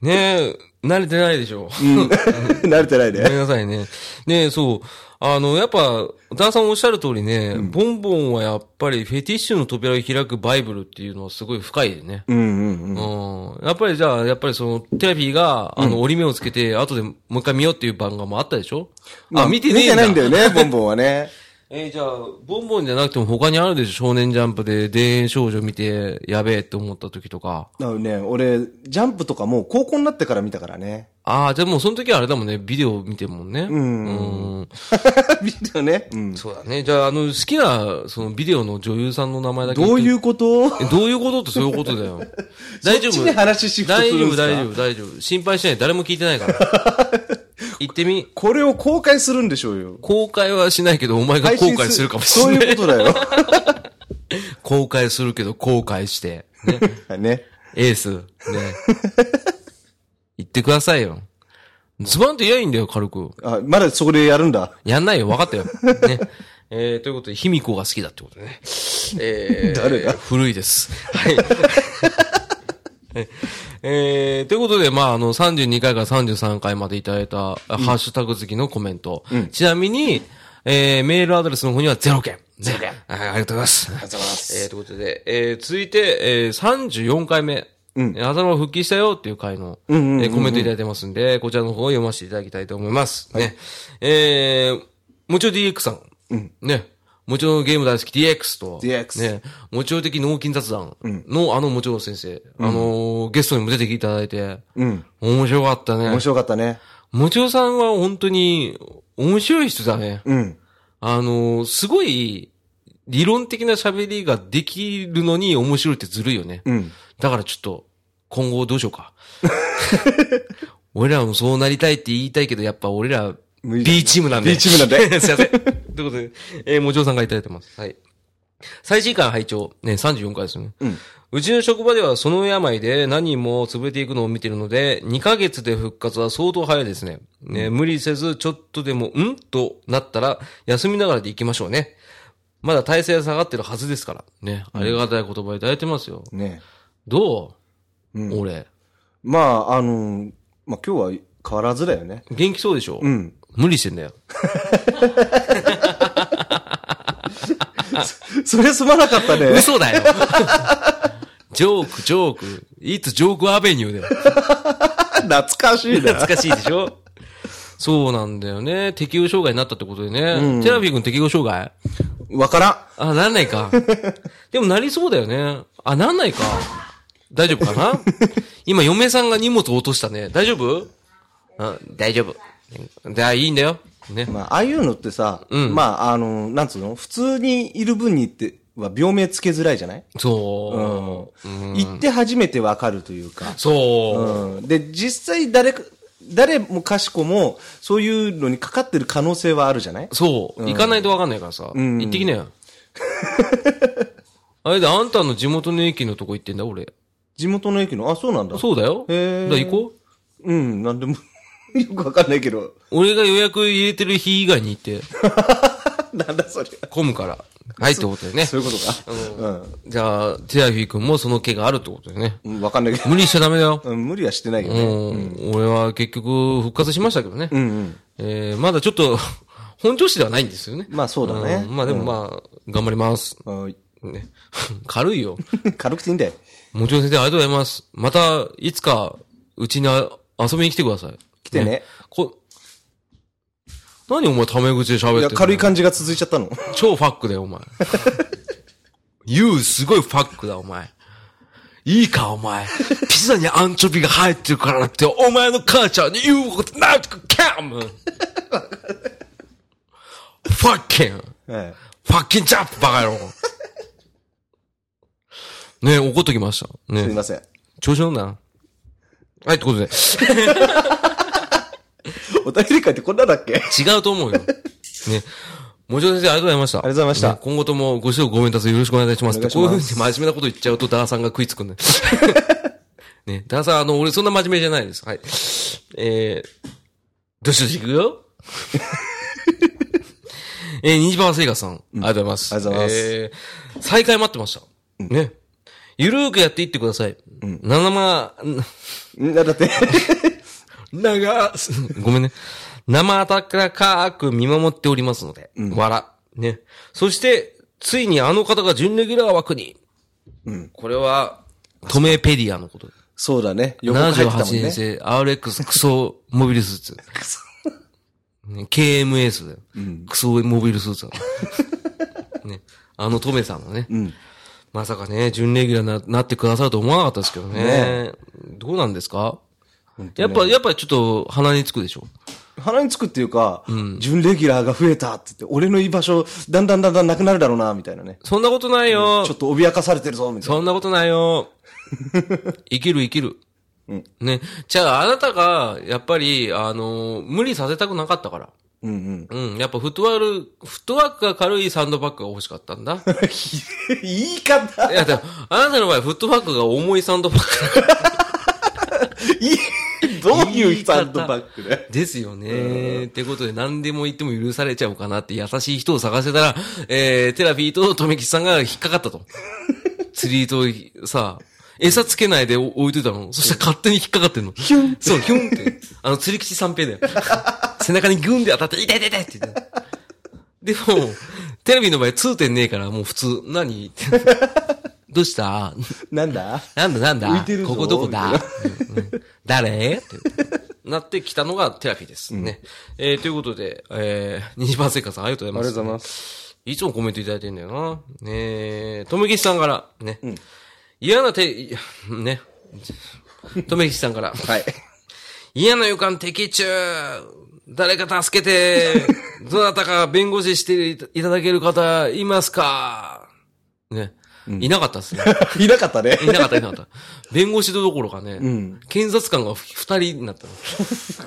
[SPEAKER 1] ねえ、慣れてないでしょ。
[SPEAKER 2] 慣れてない
[SPEAKER 1] ごめ
[SPEAKER 2] ね。
[SPEAKER 1] んなさいね。ねえ、そう。あの、やっぱ、ダーさんおっしゃる通りね、ボンボンはやっぱりフェティッシュの扉を開くバイブルっていうのはすごい深いね。
[SPEAKER 2] うんうんうん。
[SPEAKER 1] うん。やっぱりじゃあ、やっぱりその、テレビが、あの、折り目をつけて、後でもう一回見ようっていう番組もあったでしょ、あ、見てねえ
[SPEAKER 2] 見てないんだよね、ボンボンはね。
[SPEAKER 1] えーじゃあ、ボンボンじゃなくても他にあるでしょ少年ジャンプで田園少女見て、やべえって思った時とか。
[SPEAKER 2] だからね、俺、ジャンプとかもう高校になってから見たからね。
[SPEAKER 1] ああ、じゃあもうその時はあれだもんね、ビデオ見てるもんね。
[SPEAKER 2] ん
[SPEAKER 1] うん
[SPEAKER 2] ビデオね。うん。
[SPEAKER 1] そうだね。じゃあ、あの、好きな、そのビデオの女優さんの名前だけ。
[SPEAKER 2] どういううこと
[SPEAKER 1] えどういうことってそういうことだよ。大丈
[SPEAKER 2] そっ
[SPEAKER 1] 夫
[SPEAKER 2] ちに話シフトす
[SPEAKER 1] 大
[SPEAKER 2] る
[SPEAKER 1] 丈
[SPEAKER 2] ん
[SPEAKER 1] 夫、
[SPEAKER 2] すか
[SPEAKER 1] 大丈夫、大丈夫。心配しない。誰も聞いてない から。言ってみ。
[SPEAKER 2] これを公開するんでしょうよ。
[SPEAKER 1] 公開はしないけど、お前が後悔するかもしれない。
[SPEAKER 2] そういうことだよ。
[SPEAKER 1] 公開するけど、後悔して。ね。
[SPEAKER 2] ね。
[SPEAKER 1] エース。 ね。言ってくださいよ。ズバンって言えばいいんだよ、軽く。
[SPEAKER 2] あ、まだそこでやるんだ。
[SPEAKER 1] やんないよ、分かったよ。ね。えー、ということで、卑弥呼が好きだってことね。 えー、
[SPEAKER 2] 誰が
[SPEAKER 1] 古いです。はい。 えー、ということで、まあ、あの、32回から33回までいただいた、ハッシュタグ付きのコメント。ちなみに、えー、メールアドレスの方には0件。0件。はい、ありがとうございます。ありがとうございます。えー、ということで、えー、続いて、えー、34回目。うん。あざま復帰したよっていう回の、えーコメントいただいてますんで、こちらの方を読ませていただきたいと思います。ね。えー、もちろ DX さん。うん。ね。もちろゲーム大好き DX と。
[SPEAKER 2] DX
[SPEAKER 1] ね。もちろ的脳筋雑談のあのもちろ先生。あのー、ゲストにも出ていただいて。
[SPEAKER 2] うん。
[SPEAKER 1] 面白かったね
[SPEAKER 2] 面。白かったね。
[SPEAKER 1] もちろさんは本当に面白い人だね。
[SPEAKER 2] うん。
[SPEAKER 1] あのー、すごい理論的な喋りができるのに面白いってずるいよね。
[SPEAKER 2] うん。
[SPEAKER 1] だからちょっと、今後どうしようか。 俺らもそうなりたいって言いたいけど、やっぱ俺ら、
[SPEAKER 2] 無理
[SPEAKER 1] B チームなんで。
[SPEAKER 2] B チームなん で。
[SPEAKER 1] すいません。ということで、えー、もちろさんがいただいてます。はい。最新回拝聴ね、34回ですよね。
[SPEAKER 2] うん。
[SPEAKER 1] うちの職場ではその病で何人も潰れていくのを見てるので、2ヶ月で復活は相当早いですね。ね、無理せずちょっとでも、んとなったら、休みながらで行きましょうね。まだ体勢が下がってるはずですから。ね、ありがたい言葉いただいてますよ。
[SPEAKER 2] ね。
[SPEAKER 1] どう、
[SPEAKER 2] うん
[SPEAKER 1] 俺。
[SPEAKER 2] まあ、あのーまあ今日は変わらずだよね。
[SPEAKER 1] 元気そうでしょ、
[SPEAKER 2] うん。
[SPEAKER 1] 無理してんだよ。
[SPEAKER 2] それすまなかったね。
[SPEAKER 1] 嘘だよ。ジョーク、ジョーク。いつジョークアベニューだよ。
[SPEAKER 2] 懐かしいな。
[SPEAKER 1] 懐かしいでしょそうなんだよね。適応障害になったってことでね。テラフィ君適応障害
[SPEAKER 2] わから
[SPEAKER 1] あ、なんないか。でもなりそうだよね。あ、なんないか。大丈夫かな今、嫁さんが荷物落としたね。大丈夫あ大丈夫。だ、いいんだよ。ね
[SPEAKER 2] ん。。まあ、ああいうのってさ、
[SPEAKER 1] ん
[SPEAKER 2] まあ、あのーなんつうの普通にいる分にっては病名つけづらいじゃない。
[SPEAKER 1] そう
[SPEAKER 2] 行って初めてわかるというか
[SPEAKER 1] う。。そう。
[SPEAKER 2] うん。で、実際誰か、誰もかしこも、そういうのにかかってる可能性はあるじゃない
[SPEAKER 1] そう。行かないとわかんないからさ。
[SPEAKER 2] ん
[SPEAKER 1] 行ってき なよ。あれだ、あんたの地元の駅のとこ行ってんだ、俺。
[SPEAKER 2] 地元の駅の、あ、そうなんだ。
[SPEAKER 1] そうだよ。
[SPEAKER 2] へ
[SPEAKER 1] だ
[SPEAKER 2] ー
[SPEAKER 1] から行こう。
[SPEAKER 2] うん、なんでも、 よくわかんないけど。
[SPEAKER 1] 俺が予約入れてる日以外に行って、
[SPEAKER 2] なんだそれ。
[SPEAKER 1] 混むから。はい、ってことだよね。
[SPEAKER 2] そういうことか。
[SPEAKER 1] じゃあ、テアフィ君もその毛があるってことだよね。
[SPEAKER 2] うん。うんわかんないけど。
[SPEAKER 1] 無理しちゃダメだよ。
[SPEAKER 2] うん無理はしてないよ
[SPEAKER 1] う
[SPEAKER 2] ね。
[SPEAKER 1] ん、俺は結局復活しましたけどね。
[SPEAKER 2] うんうん。
[SPEAKER 1] えー、まだちょっと、本調子ではないんですよね。
[SPEAKER 2] まあそうだね
[SPEAKER 1] んまあでもまあ、頑張ります。
[SPEAKER 2] あー
[SPEAKER 1] ね。軽いよ。
[SPEAKER 2] 軽くていいんだよ。
[SPEAKER 1] もちろん先生、ありがとうございます。また、いつか、うちにあ遊びに来てください。
[SPEAKER 2] 来てね。
[SPEAKER 1] こ、何お前タメ口で喋っ
[SPEAKER 2] い
[SPEAKER 1] て
[SPEAKER 2] や、
[SPEAKER 1] んの
[SPEAKER 2] 軽い感じが続いちゃ ったの。
[SPEAKER 1] 超ファックだよ、お前。You すごいファックだ、お前。いいか、お前。ピザにアンチョビが入ってるからって、お前の母ちゃんに言うことなくキャムファッキン
[SPEAKER 2] え
[SPEAKER 1] ファッキンジャンプバカ野郎ね怒っときました。
[SPEAKER 2] えすい
[SPEAKER 1] ね
[SPEAKER 2] ません。
[SPEAKER 1] 調子乗んな。はい、ってことで。
[SPEAKER 2] お便り会ってこんなだっけ
[SPEAKER 1] 違うと思うよ。ね。もちろん先生、ありがとうございました。あ
[SPEAKER 2] りがとうございました
[SPEAKER 1] 今後ともご指導ご鞭達よろしくお願いいたします。
[SPEAKER 2] お願いし
[SPEAKER 1] こ
[SPEAKER 2] ます
[SPEAKER 1] ういうふうに真面目なこと言っちゃうと、ダーさんが食いつ くんだよね。ダーさん、あの、俺そんな真面目じゃないです。はい。えー、どしどし行くよ。 えー、ニジバワセイガさん、ありがとうございます。
[SPEAKER 2] ありがとうございます
[SPEAKER 1] えー、再開待ってました。ね。ゆるーくやっていってください。うん。生、
[SPEAKER 2] んだって、
[SPEAKER 1] 長すごめんね。生温かく見守っておりますので、笑。ね。そして、ついにあの方が準レギュラー枠に。これは、トメペディアのこと。
[SPEAKER 2] そうだね。横入ってたも
[SPEAKER 1] 78年
[SPEAKER 2] んね。
[SPEAKER 1] 生 RX クソモビルスーツ。ね、KMS だよ。クソモビルスーツだ からね。あのトメさんもね。まさかね、準レギュラーにななってくださると思わなかったですけどね。どうなんですかやっぱ、やっぱりちょっと鼻につくでしょ。
[SPEAKER 2] 鼻につくっていうか、準レギュラーが増えたって言って、俺の居場所、だんだんだんだんなくなるだろうな、みたいなね。
[SPEAKER 1] そんなことないよ
[SPEAKER 2] ちょっと脅かされてるぞ、みたいな。
[SPEAKER 1] そんなことない よ。生きる生きる。ね。じゃあ、あなたが、やっぱり、あのー無理させたくなかったから。
[SPEAKER 2] うん
[SPEAKER 1] うん。やっぱフットワール、フットワークが軽いサンドバッグが欲しかったんだ。
[SPEAKER 2] うん。 言い方
[SPEAKER 1] いや、でも、あなたの場合、フットワークが重いサンドバッグ
[SPEAKER 2] いいどういうサンドバッグで
[SPEAKER 1] ですよね。ってことで、何でも言っても許されちゃうかなって優しい人を探せたら、えー、テラフィーと富吉さんが引っかかった と。釣り糸をさ、餌つけないで置いといたの。そしたら勝手に引っかかってんの。ヒュンそう、ヒュンって。あの、釣り吉三平 だよ。背中にグンで当たって、痛い痛い痛いって言って。でも、 テレビの場合痛点ねえから、もう普通、何って。 どうした
[SPEAKER 2] なんだ
[SPEAKER 1] なんだなんだ
[SPEAKER 2] 浮いてるぞ
[SPEAKER 1] ここどこ
[SPEAKER 2] み
[SPEAKER 1] だ、うんうん誰ってなってきたのがテラピーですね。えーということで、えー、虹パンセイカさんありがとうございます。
[SPEAKER 2] います。
[SPEAKER 1] いつもコメントいただいてんだよな。えー、とめきしさんから、ね。嫌なて、いやね。とめきしさんから、
[SPEAKER 2] はい。
[SPEAKER 1] 嫌な予感的中誰か助けてどなたか弁護士していただける方いますかね。いなかったっすね。
[SPEAKER 2] いなかったね。
[SPEAKER 1] いなかった、いなかった。弁護士どころかね、検察官が二人になったの。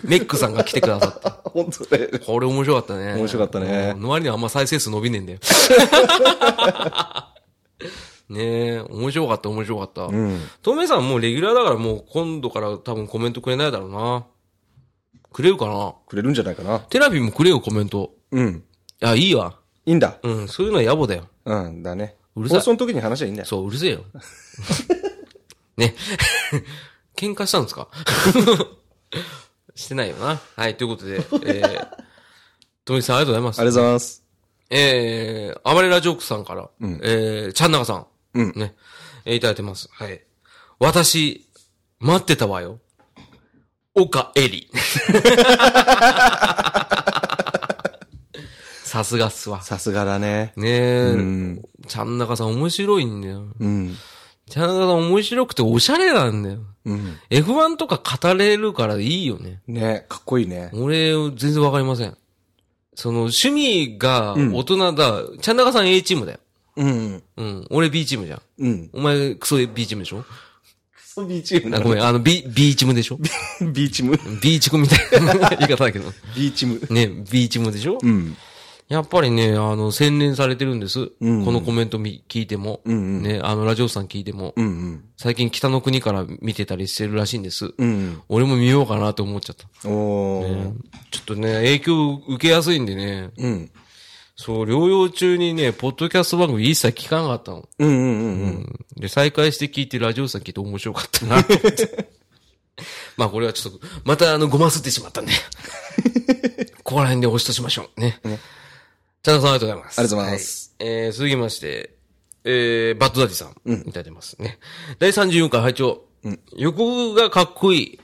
[SPEAKER 1] メックさんが来てくださった。
[SPEAKER 2] 本当ね。
[SPEAKER 1] これ面白かったね。
[SPEAKER 2] 面白かったね
[SPEAKER 1] うんの割にはあんま再生数伸びねえんだよ。 ねえ、面白かった、面白かった。トメさんもうレギュラーだからもう今度から多分コメントくれないだろうな。くれるかな
[SPEAKER 2] くれるんじゃないかな。
[SPEAKER 1] テラビもくれよ、コメント。
[SPEAKER 2] うん。
[SPEAKER 1] いや、いいわ。
[SPEAKER 2] いいんだ。
[SPEAKER 1] うん、そういうのは野暮だよ。
[SPEAKER 2] うん、だね。
[SPEAKER 1] う
[SPEAKER 2] 放
[SPEAKER 1] るさい
[SPEAKER 2] 送の時に話はいいんだよ。
[SPEAKER 1] そう、うるせえよ。 ね。 喧嘩したんですか してないよな。はい、ということで、えー、ともきさんありがとうござい
[SPEAKER 2] あり
[SPEAKER 1] ます。
[SPEAKER 2] がとうございます。
[SPEAKER 1] えー、あまりラジオクさんから、えー、ちゃんなかさん、
[SPEAKER 2] うん
[SPEAKER 1] ね、えーいただいてます。はい。私、待ってたわよ。岡えり。 さすがっすわ。
[SPEAKER 2] さすがだね。
[SPEAKER 1] ねえ、
[SPEAKER 2] ん
[SPEAKER 1] ちゃんなかさん面白いんだよ。
[SPEAKER 2] うん。
[SPEAKER 1] ちゃんと面白くておしゃれなんだよ。
[SPEAKER 2] うん。
[SPEAKER 1] F1 とか語れるからいいよね。
[SPEAKER 2] ね、かっこいいね。
[SPEAKER 1] 俺、全然わかりません。その、趣味が大人だ。ちゃんなかさん A チームだよ。
[SPEAKER 2] うん。
[SPEAKER 1] うん。俺 B チームじゃん。
[SPEAKER 2] うん。
[SPEAKER 1] お前、クソ B チームでしょ
[SPEAKER 2] そう、B チーム
[SPEAKER 1] あごめん、あの B、B チームで しょ
[SPEAKER 2] ん。B チーム。
[SPEAKER 1] ?B チームみたいな 言い方だけど。
[SPEAKER 2] B チーム。
[SPEAKER 1] ね、B チームでしょ
[SPEAKER 2] うん。
[SPEAKER 1] やっぱりね、あの、洗練されてるんです。
[SPEAKER 2] うん
[SPEAKER 1] このコメントみ聞いても。
[SPEAKER 2] うんうん
[SPEAKER 1] ね、あの、ラジオさん聞いても。
[SPEAKER 2] うんうん。
[SPEAKER 1] 最近北の国から見てたりしてるらしいんです。
[SPEAKER 2] うん。
[SPEAKER 1] 俺も見ようかなと思っちゃった。
[SPEAKER 2] おー。
[SPEAKER 1] ちょっとね、影響受けやすいんでね、
[SPEAKER 2] うん。
[SPEAKER 1] そう、療養中にね、ポッドキャスト番組一切聞かなかったの。
[SPEAKER 2] うんうんうん
[SPEAKER 1] う
[SPEAKER 2] う。
[SPEAKER 1] んん。で、再開して聞いてラジオさん聞いて面白かった なと思って。まあこれはちょっと、またあの、ごますってしまった んで。ここら辺でおしとしましょう。ね。ちゃんとさんありがとうございます。
[SPEAKER 2] ありがとうございます。
[SPEAKER 1] はいえー、続きまして、えー、バッドダディさん。いただいてますね。第34回拝聴。予告がかっこいい。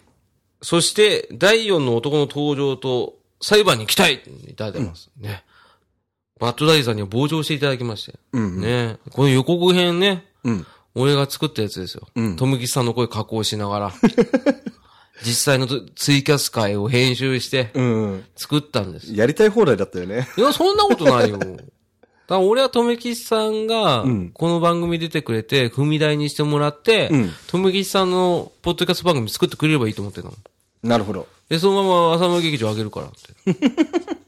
[SPEAKER 1] そして、第4の男の登場と、裁判に期待いただいてます。ね。バッドダディさんには傍聴していただきまして。ね。この予告編ね。
[SPEAKER 2] ん
[SPEAKER 1] 俺が作ったやつですよ。トムキさんの声加工しながら。実際のツイキャス会を編集して、
[SPEAKER 2] うん。
[SPEAKER 1] 作ったんです。
[SPEAKER 2] やりたい放題だったよね。
[SPEAKER 1] いや、そんなことないよ。だから俺はとめきちさんが、この番組出てくれて、踏み台にしてもらって
[SPEAKER 2] ん、
[SPEAKER 1] とめきちさんのポッドキャスト番組作ってくれればいいと思ってたの。
[SPEAKER 2] なるほど。
[SPEAKER 1] で、そのまま朝の劇場あげるからって。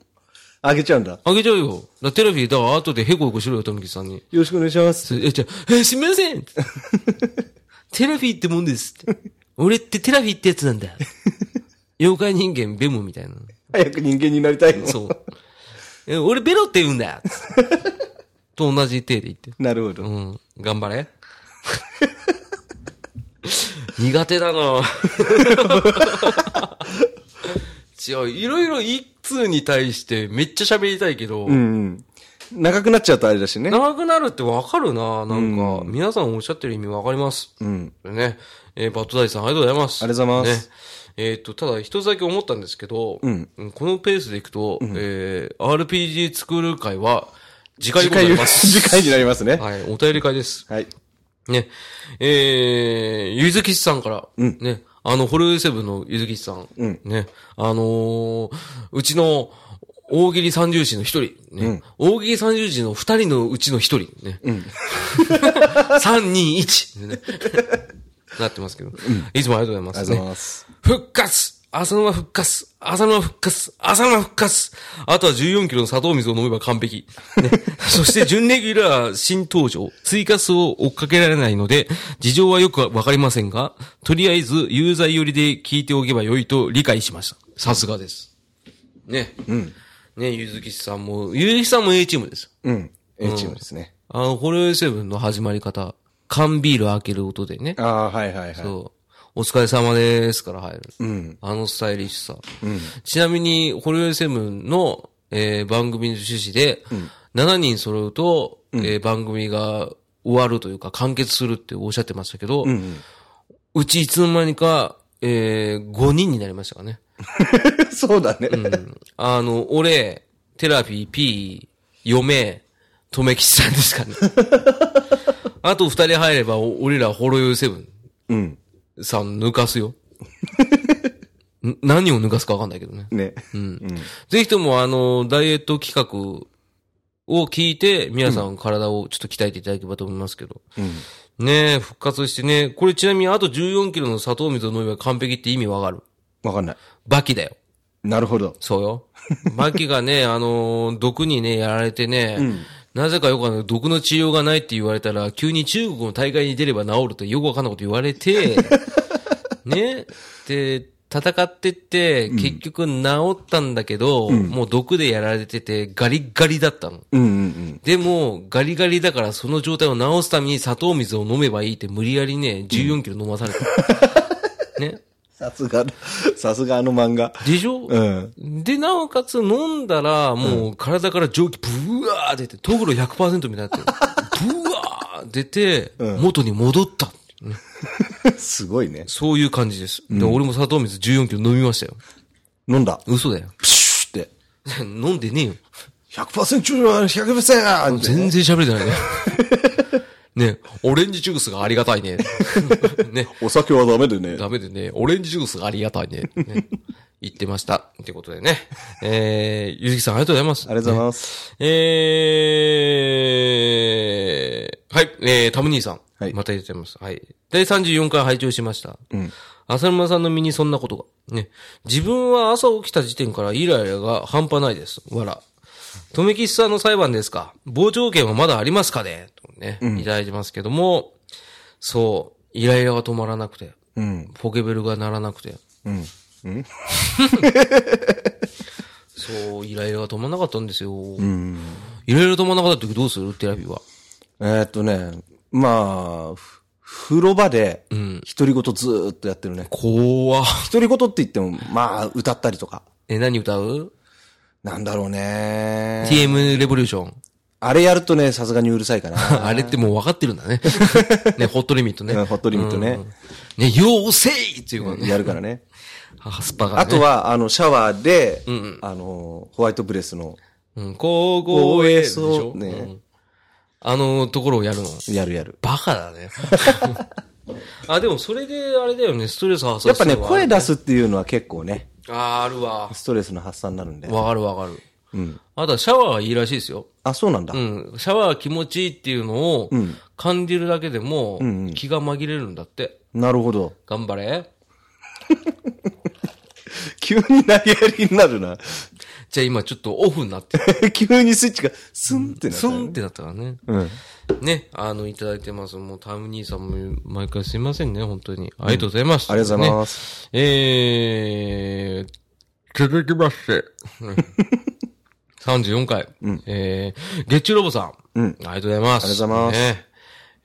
[SPEAKER 2] あげちゃうんだ。
[SPEAKER 1] あげちゃうよ。だからテレビ、だから後でヘコヘコしろよ、とめきちさんに。
[SPEAKER 2] よろしくお願いします。
[SPEAKER 1] え、じゃあえ、すみませんってテラフィーってもんですって。俺ってテラフィーってやつなんだ。妖怪人間ベムみたいな。
[SPEAKER 2] 早く人間になりたいの。
[SPEAKER 1] そう。え俺ベロって言うんだつってと同じ体で言って。
[SPEAKER 2] なるほど。
[SPEAKER 1] うん。頑張れ。苦手だな違う、いろいろ一通に対してめっちゃ喋りたいけど、
[SPEAKER 2] うん。長くなっちゃうとあれだしね。
[SPEAKER 1] 長くなるってわかるななんか、皆さんおっしゃってる意味わかります。
[SPEAKER 2] うん。
[SPEAKER 1] ね。えーバットダイさんありがとうございます。
[SPEAKER 2] ありがとうございます
[SPEAKER 1] ね。えっ、と、ただ一つだけ思ったんですけど、
[SPEAKER 2] ん
[SPEAKER 1] このペースでいくと、えー、RPG 作る会は、次回
[SPEAKER 2] 次
[SPEAKER 1] にな
[SPEAKER 2] 回
[SPEAKER 1] り
[SPEAKER 2] に、
[SPEAKER 1] ます。
[SPEAKER 2] 次回になりますね。
[SPEAKER 1] はい、お便り会です。
[SPEAKER 2] はい。
[SPEAKER 1] ね。えー、ゆずきちさんから、ね。あの、ホルセブンのゆずきちさん、ね。あのーうちの、大喜利三重士の一人、ね大喜利三重士の二人のうちの一人、ね。 三人一ね なってますけど、いつもありがとうございます、ね。
[SPEAKER 2] ありがとうございます。
[SPEAKER 1] 復活浅沼復活浅沼復活浅沼復活あとは14キロの砂糖水を飲めば完璧。ね、 そして、準レギュラー新登場。追加数を追っかけられないので、事情はよくわかりませんが、とりあえず、有罪寄りで聞いておけば良いと理解しました。さすがです。ね。うん。ね、ゆずきさんも、ゆずきさんも A チームです。
[SPEAKER 2] うん。A チームですね。
[SPEAKER 1] あの、ホロヨセブンの始まり方。缶ビール開ける音でね。
[SPEAKER 2] ああ、はいはいはい。
[SPEAKER 1] そう。お疲れ様ですから入る。
[SPEAKER 2] うん。
[SPEAKER 1] あのスタイリッシュさ。ちなみに、ホリエセブンの、えー番組の趣旨で、7人揃うと、えー番組が終わるというか完結するっておっしゃってましたけど、うちいつの間にか、え5人になりましたからね。
[SPEAKER 2] そうだね。
[SPEAKER 1] うんあの、俺、テラピー、P、嫁、とめきちさんですかね。あと2人入れば、お俺らホロヨイセブン。
[SPEAKER 2] うん。
[SPEAKER 1] さん抜かすよ。 ん何を抜かすかわかんないけどね。
[SPEAKER 2] ね。
[SPEAKER 1] ぜひともあの、ダイエット企画を聞いて、皆さん体をちょっと鍛えていただければと思いますけど。ねえ、復活してね。これちなみにあと14キロの砂糖水を飲めば完璧って意味わかる。
[SPEAKER 2] わかんない。
[SPEAKER 1] バキだよ。
[SPEAKER 2] なるほど。
[SPEAKER 1] そうよ。バキが ね、あの、毒にね、やられてね、なぜかよくあの、毒の治療がないって言われたら、急に中国の大会に出れば治るとよくわかんないこと言われ て、ね、で、戦ってって、結局治ったんだけど、もう毒でやられてて、ガリッガリだったの。
[SPEAKER 2] うんうん
[SPEAKER 1] でも、ガリガリだからその状態を治すために砂糖水を飲めばいいって無理やりね、14キロ飲まされた。 ね。
[SPEAKER 2] さすが、さすがあの漫画。
[SPEAKER 1] でしょ
[SPEAKER 2] うん。
[SPEAKER 1] で、なおかつ飲んだら、もう体から蒸気ブワー出て、トグロ100%みたいになってる。ブワー出て、元に戻った。
[SPEAKER 2] すごいね。
[SPEAKER 1] そういう感じです。で俺も砂糖水14キロ飲みましたよ。
[SPEAKER 2] 飲んだ。
[SPEAKER 1] 嘘だよ。
[SPEAKER 2] プシュって。
[SPEAKER 1] 飲んでねえよ。
[SPEAKER 2] 100%中は100%やーって
[SPEAKER 1] 全然喋れてないね。 ね、オレンジジュースがありがたいね。 ね、
[SPEAKER 2] お酒はダメでね。
[SPEAKER 1] ダメでね、オレンジジュースがありがたいね。ね言ってました。ってことでね。えー、ゆずきさんありがとうございます。
[SPEAKER 2] ありがとうござい
[SPEAKER 1] ね
[SPEAKER 2] ます。
[SPEAKER 1] えー、はい、えー、タム兄さん。
[SPEAKER 2] はい
[SPEAKER 1] また言っちゃいます。はい。第34回拝聴しました。うん。浅沼さんの身にそんなことが。ね。自分は朝起きた時点からイライラが半端ないです。わら。とめきさんの裁判ですか傍聴券はまだありますかねとね、いただいてますけども、そう、イライラが止まらなくて、
[SPEAKER 2] うん。
[SPEAKER 1] ポケベルが鳴らなくて、
[SPEAKER 2] うん。
[SPEAKER 1] そう、イライラが止まらなかったんですよ。
[SPEAKER 2] うん。
[SPEAKER 1] イライラ止まらなかった時どうするテラビは。
[SPEAKER 2] えーっとね、まあ、ふ風呂場で、独り言ずーっとやってるね。
[SPEAKER 1] 怖っ
[SPEAKER 2] 独り言って言っても、まあ、歌ったりとか。
[SPEAKER 1] え、何歌う、
[SPEAKER 2] なんだろうね。
[SPEAKER 1] ?TM レボリューション。
[SPEAKER 2] あれやるとね、さすがにうるさい か な。
[SPEAKER 1] あれってもう分かってるん だね。ね、ホットリミットね。
[SPEAKER 2] うんホットリミットね。
[SPEAKER 1] ね、妖精っていうかね。
[SPEAKER 2] やるからね。
[SPEAKER 1] ハスパが、ね。
[SPEAKER 2] あと、は、あの、シャワーで、あの、ホワイトブレスの、
[SPEAKER 1] うん、高校へ、でしょ
[SPEAKER 2] そうね
[SPEAKER 1] んあのところをやるの。
[SPEAKER 2] やるやる。
[SPEAKER 1] バカだ ね。あ、でもそれであれだよね、ストレス発散
[SPEAKER 2] やっぱね、
[SPEAKER 1] するわ
[SPEAKER 2] 声出すっていうのは結構ね、
[SPEAKER 1] あー、あるわ。
[SPEAKER 2] ストレスの発散になるんで。
[SPEAKER 1] わかるわかる。あとはシャワーがいいらしいですよ。
[SPEAKER 2] あ、そうなんだ
[SPEAKER 1] う。ん。シャワー気持ちいいっていうのを、感じるだけでも、気が紛れるんだって。
[SPEAKER 2] なるほど。
[SPEAKER 1] 頑張れ。
[SPEAKER 2] 急に投げやりになるな。
[SPEAKER 1] じゃあ今ちょっとオフになってる、
[SPEAKER 2] 急にスイッチがスンってなった
[SPEAKER 1] ス
[SPEAKER 2] よね
[SPEAKER 1] ンってなったからね。
[SPEAKER 2] うん。
[SPEAKER 1] ね、あの、いただいてます。もうタム兄さんも毎回すいませんね、本当に。ありがとうございます。。
[SPEAKER 2] ありがとうございますす。
[SPEAKER 1] えー、続きま して。34回。えー、月中ロボさん。
[SPEAKER 2] うん
[SPEAKER 1] ありがとうございます。
[SPEAKER 2] ありがとうございます
[SPEAKER 1] ね、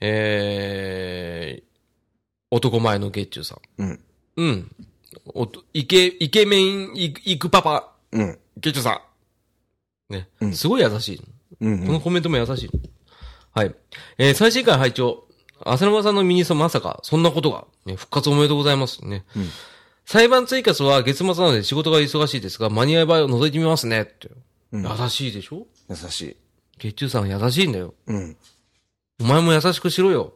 [SPEAKER 1] えー、男前の月中さん。
[SPEAKER 2] うん。
[SPEAKER 1] うん。おと、イケ、イケメン、イクイクパパ、
[SPEAKER 2] うん。
[SPEAKER 1] ゲッチョさん。ね。すごい優しい。
[SPEAKER 2] うん
[SPEAKER 1] このコメントも優しい。はい。えー最新回拝聴浅沼さんのミニソンまさか、そんなことが、ね、復活おめでとうございます。ね。裁判追加は月末なので仕事が忙しいですが、間に合い場合を覗いてみますねって。優しいでしょ
[SPEAKER 2] 優しい。
[SPEAKER 1] 月中さんは優しいんだよ。
[SPEAKER 2] うん。
[SPEAKER 1] お前も優しくしろよ。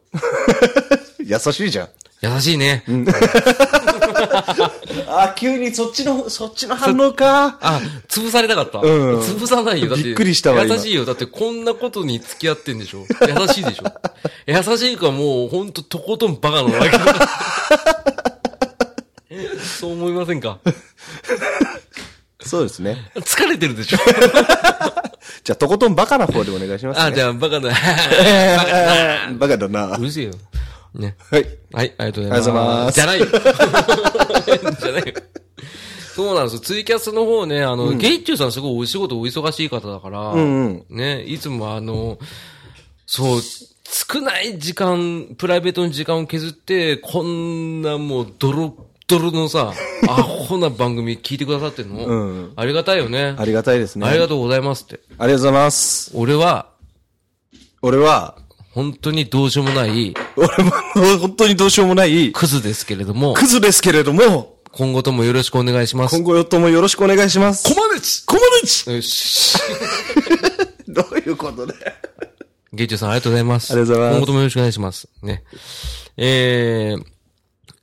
[SPEAKER 2] 優しいじゃん。
[SPEAKER 1] 優しいね。
[SPEAKER 2] あ、急にそっちの、そっちの反応か。
[SPEAKER 1] あ、潰されたかった。
[SPEAKER 2] うん
[SPEAKER 1] 潰さないよ。だって。
[SPEAKER 2] びっくりしたわ今
[SPEAKER 1] 優しいよ。だってこんなことに付き合ってんでしょ。優しいでしょ。 優しいかもうほんととことんバカなわけだ。 そう思いませんか
[SPEAKER 2] そうですね。
[SPEAKER 1] 疲れてるでしょ。
[SPEAKER 2] じゃあ、とことんバカな方でお願いしますね。
[SPEAKER 1] あ、じゃあバカだ。
[SPEAKER 2] ゃ あ、バカだな。は
[SPEAKER 1] うるせえよ。ね。
[SPEAKER 2] い。
[SPEAKER 1] はい、ありがとうございます。じゃないよ。じゃないよ。 そうなんですよ。ツイキャスの方ね、あの、ゲイチューさんすごいお仕事お忙しい方だから、
[SPEAKER 2] うん
[SPEAKER 1] ね、いつもあの、そう、少ない時間、プライベートの時間を削って、こんなもうドロッドロの さ、アホな番組聞いてくださってるの、
[SPEAKER 2] うん
[SPEAKER 1] ありがたいよね。
[SPEAKER 2] ありがたいですね。
[SPEAKER 1] ありがとうございますって。
[SPEAKER 2] ありがとうございます。
[SPEAKER 1] 俺は、
[SPEAKER 2] 俺は、
[SPEAKER 1] 本当にどうしようもない
[SPEAKER 2] 俺も 本当にどうしようもない、
[SPEAKER 1] クズですけれども、
[SPEAKER 2] クズですけれども、
[SPEAKER 1] 今後ともよろしくお願いします
[SPEAKER 2] 今。後ともよろしくお願いします。
[SPEAKER 1] コマネチ
[SPEAKER 2] こまぬち
[SPEAKER 1] よし。
[SPEAKER 2] どういうことだよ。
[SPEAKER 1] ゲイチューさんありがとうございます。
[SPEAKER 2] ありがとうございます
[SPEAKER 1] 今後ともよろしくお願いします。ね。えー、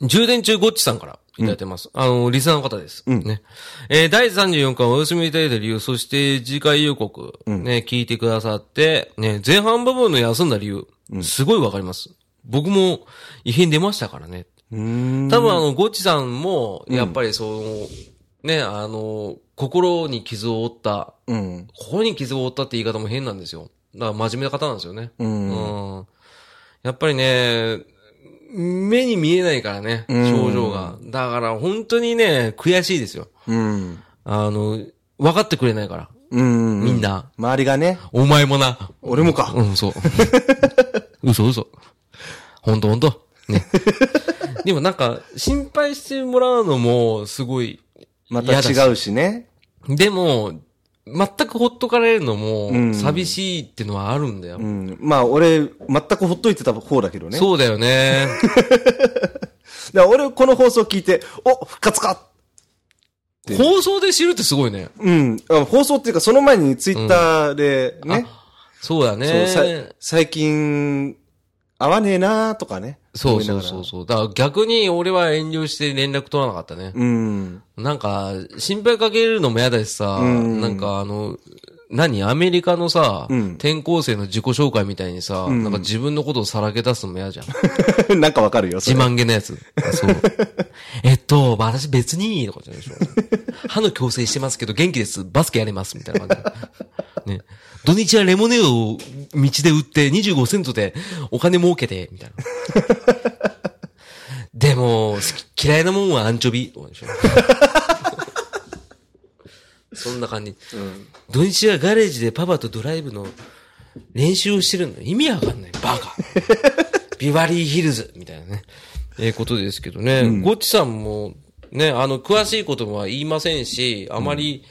[SPEAKER 1] 充電中ゴッチさんからいただいてます。あの、リスナーの方です。ね。えー、第34回お休みいただいた理由、そして次回予告、ね、聞いてくださって、ね、前半部分の休んだ理由、すごいわかります。僕も異変出ましたからね。
[SPEAKER 2] うん。
[SPEAKER 1] 多分あの、ゴッチさんも、やっぱりその、ね、あの、心に傷を負った、
[SPEAKER 2] うん。
[SPEAKER 1] ここに傷を負ったって言い方も変なんですよ。だから真面目な方なんですよね。
[SPEAKER 2] ん
[SPEAKER 1] うんやっぱりね、目に見えないからね、症状が。だから本当にね、悔しいですよ。
[SPEAKER 2] うん。
[SPEAKER 1] あの、分かってくれないから、
[SPEAKER 2] うん。
[SPEAKER 1] みん。な。
[SPEAKER 2] 周りがね、
[SPEAKER 1] お前もな。
[SPEAKER 2] 俺もか。
[SPEAKER 1] うん、 そう。嘘嘘。ほんとほんと。ね。 でもなんか、心配してもらうのも、すごい、
[SPEAKER 2] また違うしね。
[SPEAKER 1] でも、全くほっとかれるの
[SPEAKER 2] うん
[SPEAKER 1] も、寂しいってのはあるんだよ。
[SPEAKER 2] うん。まあ、俺、全くほっといてた方だけどね。
[SPEAKER 1] そうだよ ね。
[SPEAKER 2] だから俺、この放送聞いて、お、復活かで
[SPEAKER 1] 放送で知るってすごいね。
[SPEAKER 2] うん。あ放送っていうか、その前にツイッターでね、
[SPEAKER 1] そうだ
[SPEAKER 2] そうさ
[SPEAKER 1] ね。
[SPEAKER 2] 最近、合わねえなーとかね。
[SPEAKER 1] そう
[SPEAKER 2] 思いな
[SPEAKER 1] そ
[SPEAKER 2] が
[SPEAKER 1] う
[SPEAKER 2] ら
[SPEAKER 1] そうそう。だから逆に俺は遠慮して連絡取らなかったね。
[SPEAKER 2] うん。
[SPEAKER 1] なんか、心配かけるのも嫌だしさ、
[SPEAKER 2] うん
[SPEAKER 1] なんかあの、何アメリカのさ、
[SPEAKER 2] うん
[SPEAKER 1] 転校生の自己紹介みたいにさ、
[SPEAKER 2] ん
[SPEAKER 1] なんか自分のことをさらけ出すのも嫌じゃん。
[SPEAKER 2] なんかわかるよ、そ
[SPEAKER 1] 自
[SPEAKER 2] れ。
[SPEAKER 1] 慢げなやつ。そう。えっと、まあ私別に、とかじゃないでしょ。歯の矯正してますけど元気です。バスケやります。みたいな感じ。ね。土日はレモネードを道で売って25セントでお金儲けて、みたいな。でも、好き嫌いなもんはアンチョビ、とかでしょ。そんな感じ。土日はガレージでパパとドライブの練習をしてるの。意味わかんない。バ カ。ビバリーヒルズみたいなね。えーことですけどね。ゴッチさんも、ね、あの、詳しいことは言いませんし、あまり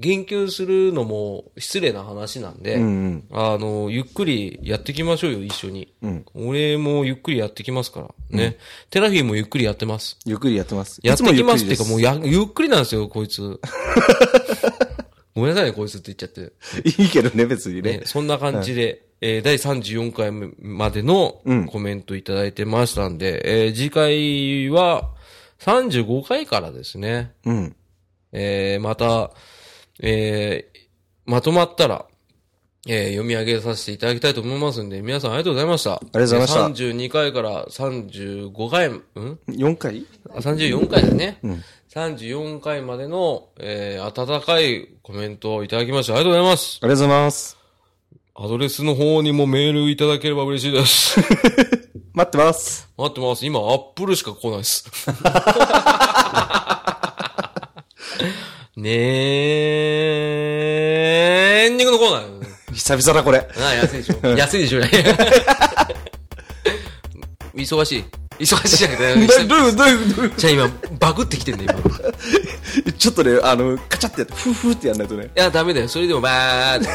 [SPEAKER 1] 言及するのも失礼な話なんで、
[SPEAKER 2] ん
[SPEAKER 1] あの、ゆっくりやっていきましょうよ、一緒に。俺もゆっくりやってきますから。ね。テラフィーもゆっくりやってます。
[SPEAKER 2] ゆっくりやってます。
[SPEAKER 1] やってきますって
[SPEAKER 2] い
[SPEAKER 1] いう
[SPEAKER 2] つ
[SPEAKER 1] か、も
[SPEAKER 2] も
[SPEAKER 1] う
[SPEAKER 2] ゆっ
[SPEAKER 1] や、ゆっくりなんですよ、こい つ。ごめんなさいね、こいつって言っちゃって。
[SPEAKER 2] くりです。いいけどね、別にね
[SPEAKER 1] ね、。そんな感じで、えー第34回目までの
[SPEAKER 2] うん
[SPEAKER 1] コメントいただいてましたんで、えー次回は35回からですね、
[SPEAKER 2] うん。
[SPEAKER 1] えーまた、えーまとまったら、えー読み上げさせていただきたいと思いますんで、皆さんありがとうございました。ありが
[SPEAKER 2] とうございました
[SPEAKER 1] 32回から35回、ん
[SPEAKER 2] 4回
[SPEAKER 1] あ34回だね。34回までの、えー温かいコメントをいただきました。ありがとうございます。
[SPEAKER 2] ありがとうございます。
[SPEAKER 1] アドレスの方にもメールいただければ嬉しいです。
[SPEAKER 2] 待ってます。
[SPEAKER 1] 待ってます。今、アップルしか来ない です。ねえ、エンディングのコーナー。
[SPEAKER 2] 久々だ、これ。
[SPEAKER 1] あ安いでしょ。 安いでしょ、ね、忙しい。忙しいじ ゃなくて、
[SPEAKER 2] どういう、どういう、どうい
[SPEAKER 1] じゃあ今、バグってきてんだ、今。いう
[SPEAKER 2] ちょっとね、あの、カチャってやって、フーフーってやんないとね。
[SPEAKER 1] や、ダメだよ。それでも、ばーって。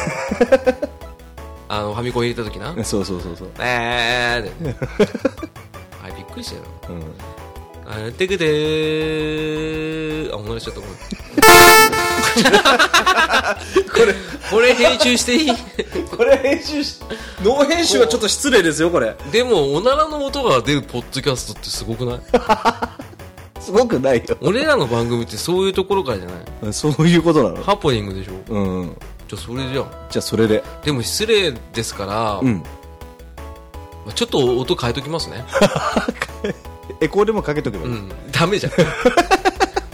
[SPEAKER 1] あの、ファミコン入れた時な。
[SPEAKER 2] そうそうそうそう。
[SPEAKER 1] ばーって。あれ、びっくりしたよ。
[SPEAKER 2] うん。
[SPEAKER 1] あやってくでー。あ、おならしちゃった、ごめん。これ、これ編集していい
[SPEAKER 2] これ編集し、ノー編集はちょっと失礼ですよ、これ。
[SPEAKER 1] でも、おならの音が出るポッドキャストってすごくない
[SPEAKER 2] すごくないよ。
[SPEAKER 1] 俺らの番組ってそういうところからじゃない
[SPEAKER 2] そういうことなの
[SPEAKER 1] ハプニングでしょ
[SPEAKER 2] うん。
[SPEAKER 1] じゃあそれじゃん。
[SPEAKER 2] じゃあ、それで。
[SPEAKER 1] でも失礼ですから、
[SPEAKER 2] うん。
[SPEAKER 1] まあちょっと音変えときますね。
[SPEAKER 2] エコーでもかけとけば
[SPEAKER 1] う
[SPEAKER 2] いい。
[SPEAKER 1] ん、ダメじゃん。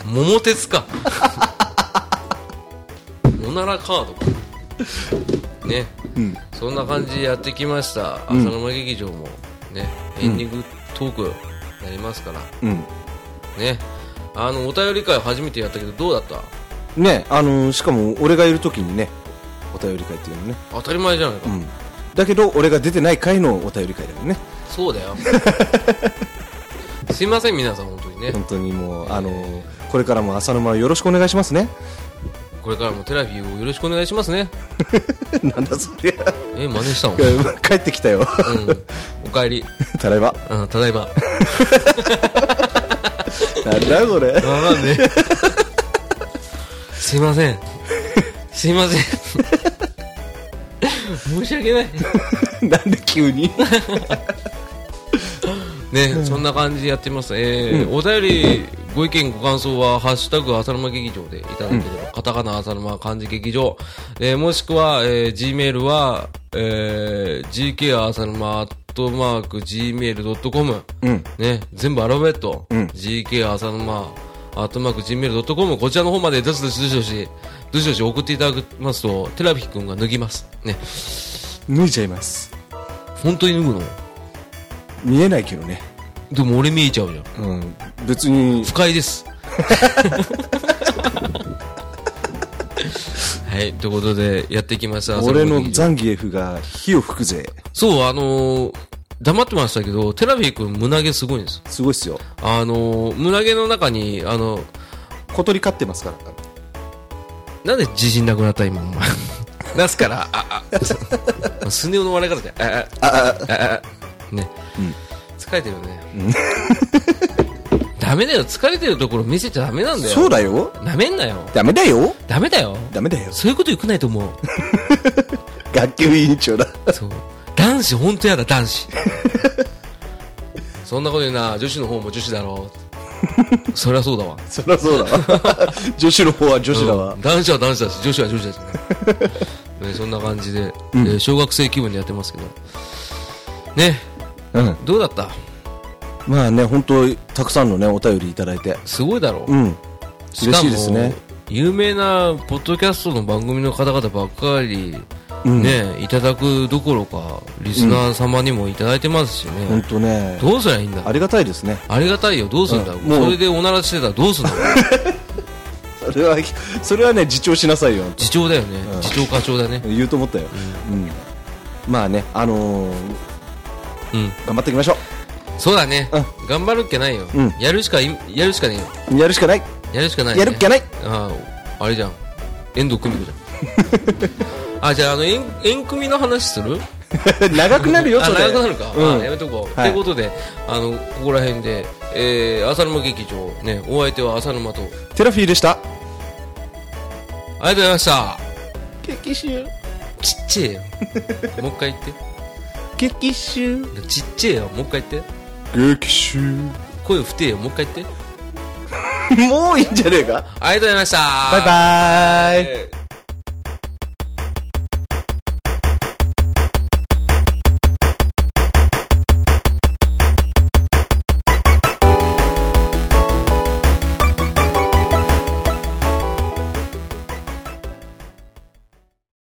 [SPEAKER 1] 桃鉄か。おならカードか。ね。
[SPEAKER 2] うん。
[SPEAKER 1] そんな感じでやってきました。
[SPEAKER 2] ん
[SPEAKER 1] 浅沼劇場もね、エンディングトークになりますから。
[SPEAKER 2] うん。
[SPEAKER 1] ね。あの、お便り会初めてやったけどどうだった
[SPEAKER 2] ね、あのーしかも俺がいる時にね、お便り会っていうのね。
[SPEAKER 1] 当たり前じゃないか。
[SPEAKER 2] うん。だけど、俺が出てない回のお便り会だよね。
[SPEAKER 1] そう だよ。すいません、皆さん、本当にね。
[SPEAKER 2] 本当にもう、あのーこれからも浅沼よろしくお願いしますね。
[SPEAKER 1] これからもテラフィーをよろしくお願いしますね。
[SPEAKER 2] なんだそりゃ。
[SPEAKER 1] え、真似したの
[SPEAKER 2] 帰ってきた よ。
[SPEAKER 1] うん。お帰り。
[SPEAKER 2] ただいま。
[SPEAKER 1] うん、ただいま。わ
[SPEAKER 2] なんだこれ。
[SPEAKER 1] かんねすいません。すいません。申し訳ない。
[SPEAKER 2] なんで急 に
[SPEAKER 1] ね、そんな感じでやってます。えーお便り、ご意見、ご感想は、ハッシュタグ、浅沼劇場でいただければ、カタカナ、浅沼、漢字劇場、えーもしくは、えー、gmail は、えー、gk 浅沼、アットマーク、gmail.com、
[SPEAKER 2] うん。
[SPEAKER 1] ね、全部アルファベット、
[SPEAKER 2] ん
[SPEAKER 1] gk 浅沼、アットマーク、gmail.com、こちらの方まで、どしどしどしどし、どしどし送っていただきますと、テラビ君が脱ぎます。ね、
[SPEAKER 2] 脱いちゃいます。
[SPEAKER 1] 本当に脱ぐの
[SPEAKER 2] 見えないけどね。
[SPEAKER 1] でも俺見えちゃうじゃん。
[SPEAKER 2] うん。別に、
[SPEAKER 1] 不快 です。はい、ということで、やってきました。
[SPEAKER 2] 俺
[SPEAKER 1] 朝
[SPEAKER 2] の
[SPEAKER 1] 劇場
[SPEAKER 2] ザンギエフが火を吹くぜ。
[SPEAKER 1] そう、あのー黙ってましたけど、テラビー君胸毛すごいんです。
[SPEAKER 2] すごいっすよ。
[SPEAKER 1] あのー胸毛の中に、あの、
[SPEAKER 2] 小鳥飼ってますから。
[SPEAKER 1] なんで自信なくなった今、お前。 出すから、 あ、あ、スネ夫の笑い方じゃん。あ、あ、あ、あ、あ、ね。疲れてるよね。 ダメだよ、疲れてるところ見せちゃダメなんだよ。
[SPEAKER 2] そうだよ。
[SPEAKER 1] なめんなよ。
[SPEAKER 2] ダメだよ。
[SPEAKER 1] ダメだよ。
[SPEAKER 2] ダメだよ。
[SPEAKER 1] そういうこと良くないと思う。
[SPEAKER 2] 学級委員長だ。
[SPEAKER 1] そう。男子、本当やだ、男子。そんなこと言うな、女子の方も女子だろ う。そりゃそうだわ。
[SPEAKER 2] そりゃそうだわ。 女子の方は女子だわ
[SPEAKER 1] う。ん男子は男子だし、女子は女子だしね。 ねそんな感じで、えー小学生気分でやってますけど。ね、
[SPEAKER 2] うん。
[SPEAKER 1] どうだった
[SPEAKER 2] まあね、本当たくさんのね、お便りいただいて。
[SPEAKER 1] すごいだろう。
[SPEAKER 2] うん。
[SPEAKER 1] かも
[SPEAKER 2] 嬉しいですね。
[SPEAKER 1] 有名なポッドキャストの番組の方々ばっかり、
[SPEAKER 2] うん。
[SPEAKER 1] ね、いただくどころか、リスナー様にもいただいてますしね。
[SPEAKER 2] 本当ね。
[SPEAKER 1] どうすりゃいいんだ
[SPEAKER 2] ありがたいですね。
[SPEAKER 1] ありがたいよ、どうすんだ、
[SPEAKER 2] うんもう
[SPEAKER 1] それでおならしてたらどうすんだ
[SPEAKER 2] それは、それはね、自重しなさいよ。
[SPEAKER 1] 自重だよね、自重課長だね。
[SPEAKER 2] 言うと思ったよ。うん。まあね、あのー、
[SPEAKER 1] うん。
[SPEAKER 2] 頑張っていきましょ
[SPEAKER 1] そうだね
[SPEAKER 2] う。
[SPEAKER 1] 頑張るっけないよ
[SPEAKER 2] うん。
[SPEAKER 1] やるしかい、やるしかねえよ。
[SPEAKER 2] う。やるしかない。
[SPEAKER 1] やるしかないね。
[SPEAKER 2] やるっきゃない。
[SPEAKER 1] ああ、あれじゃん。遠藤久美子じ ゃん。あ、じゃあ、あの、遠、遠組の話する
[SPEAKER 2] 長くなるよ、
[SPEAKER 1] あ、
[SPEAKER 2] それ。
[SPEAKER 1] 長くなるか。
[SPEAKER 2] うん
[SPEAKER 1] あやめとこう。と、
[SPEAKER 2] はい
[SPEAKER 1] い、うことで、あの、ここら辺で、えー、浅沼劇場、ね、お相手は浅沼と、
[SPEAKER 2] テラフィーでした。
[SPEAKER 1] ありがとうございました。
[SPEAKER 2] 激臭。
[SPEAKER 1] ちっちゃい よ。もう一回言って。
[SPEAKER 2] 激臭。
[SPEAKER 1] ちっちゃいよ。もう一回言って。
[SPEAKER 2] 激臭。
[SPEAKER 1] 声不定よ。もう一回言って。
[SPEAKER 2] もういいんじゃねえか。
[SPEAKER 1] ありがとうございました。
[SPEAKER 2] バイバーイ。
[SPEAKER 1] イ。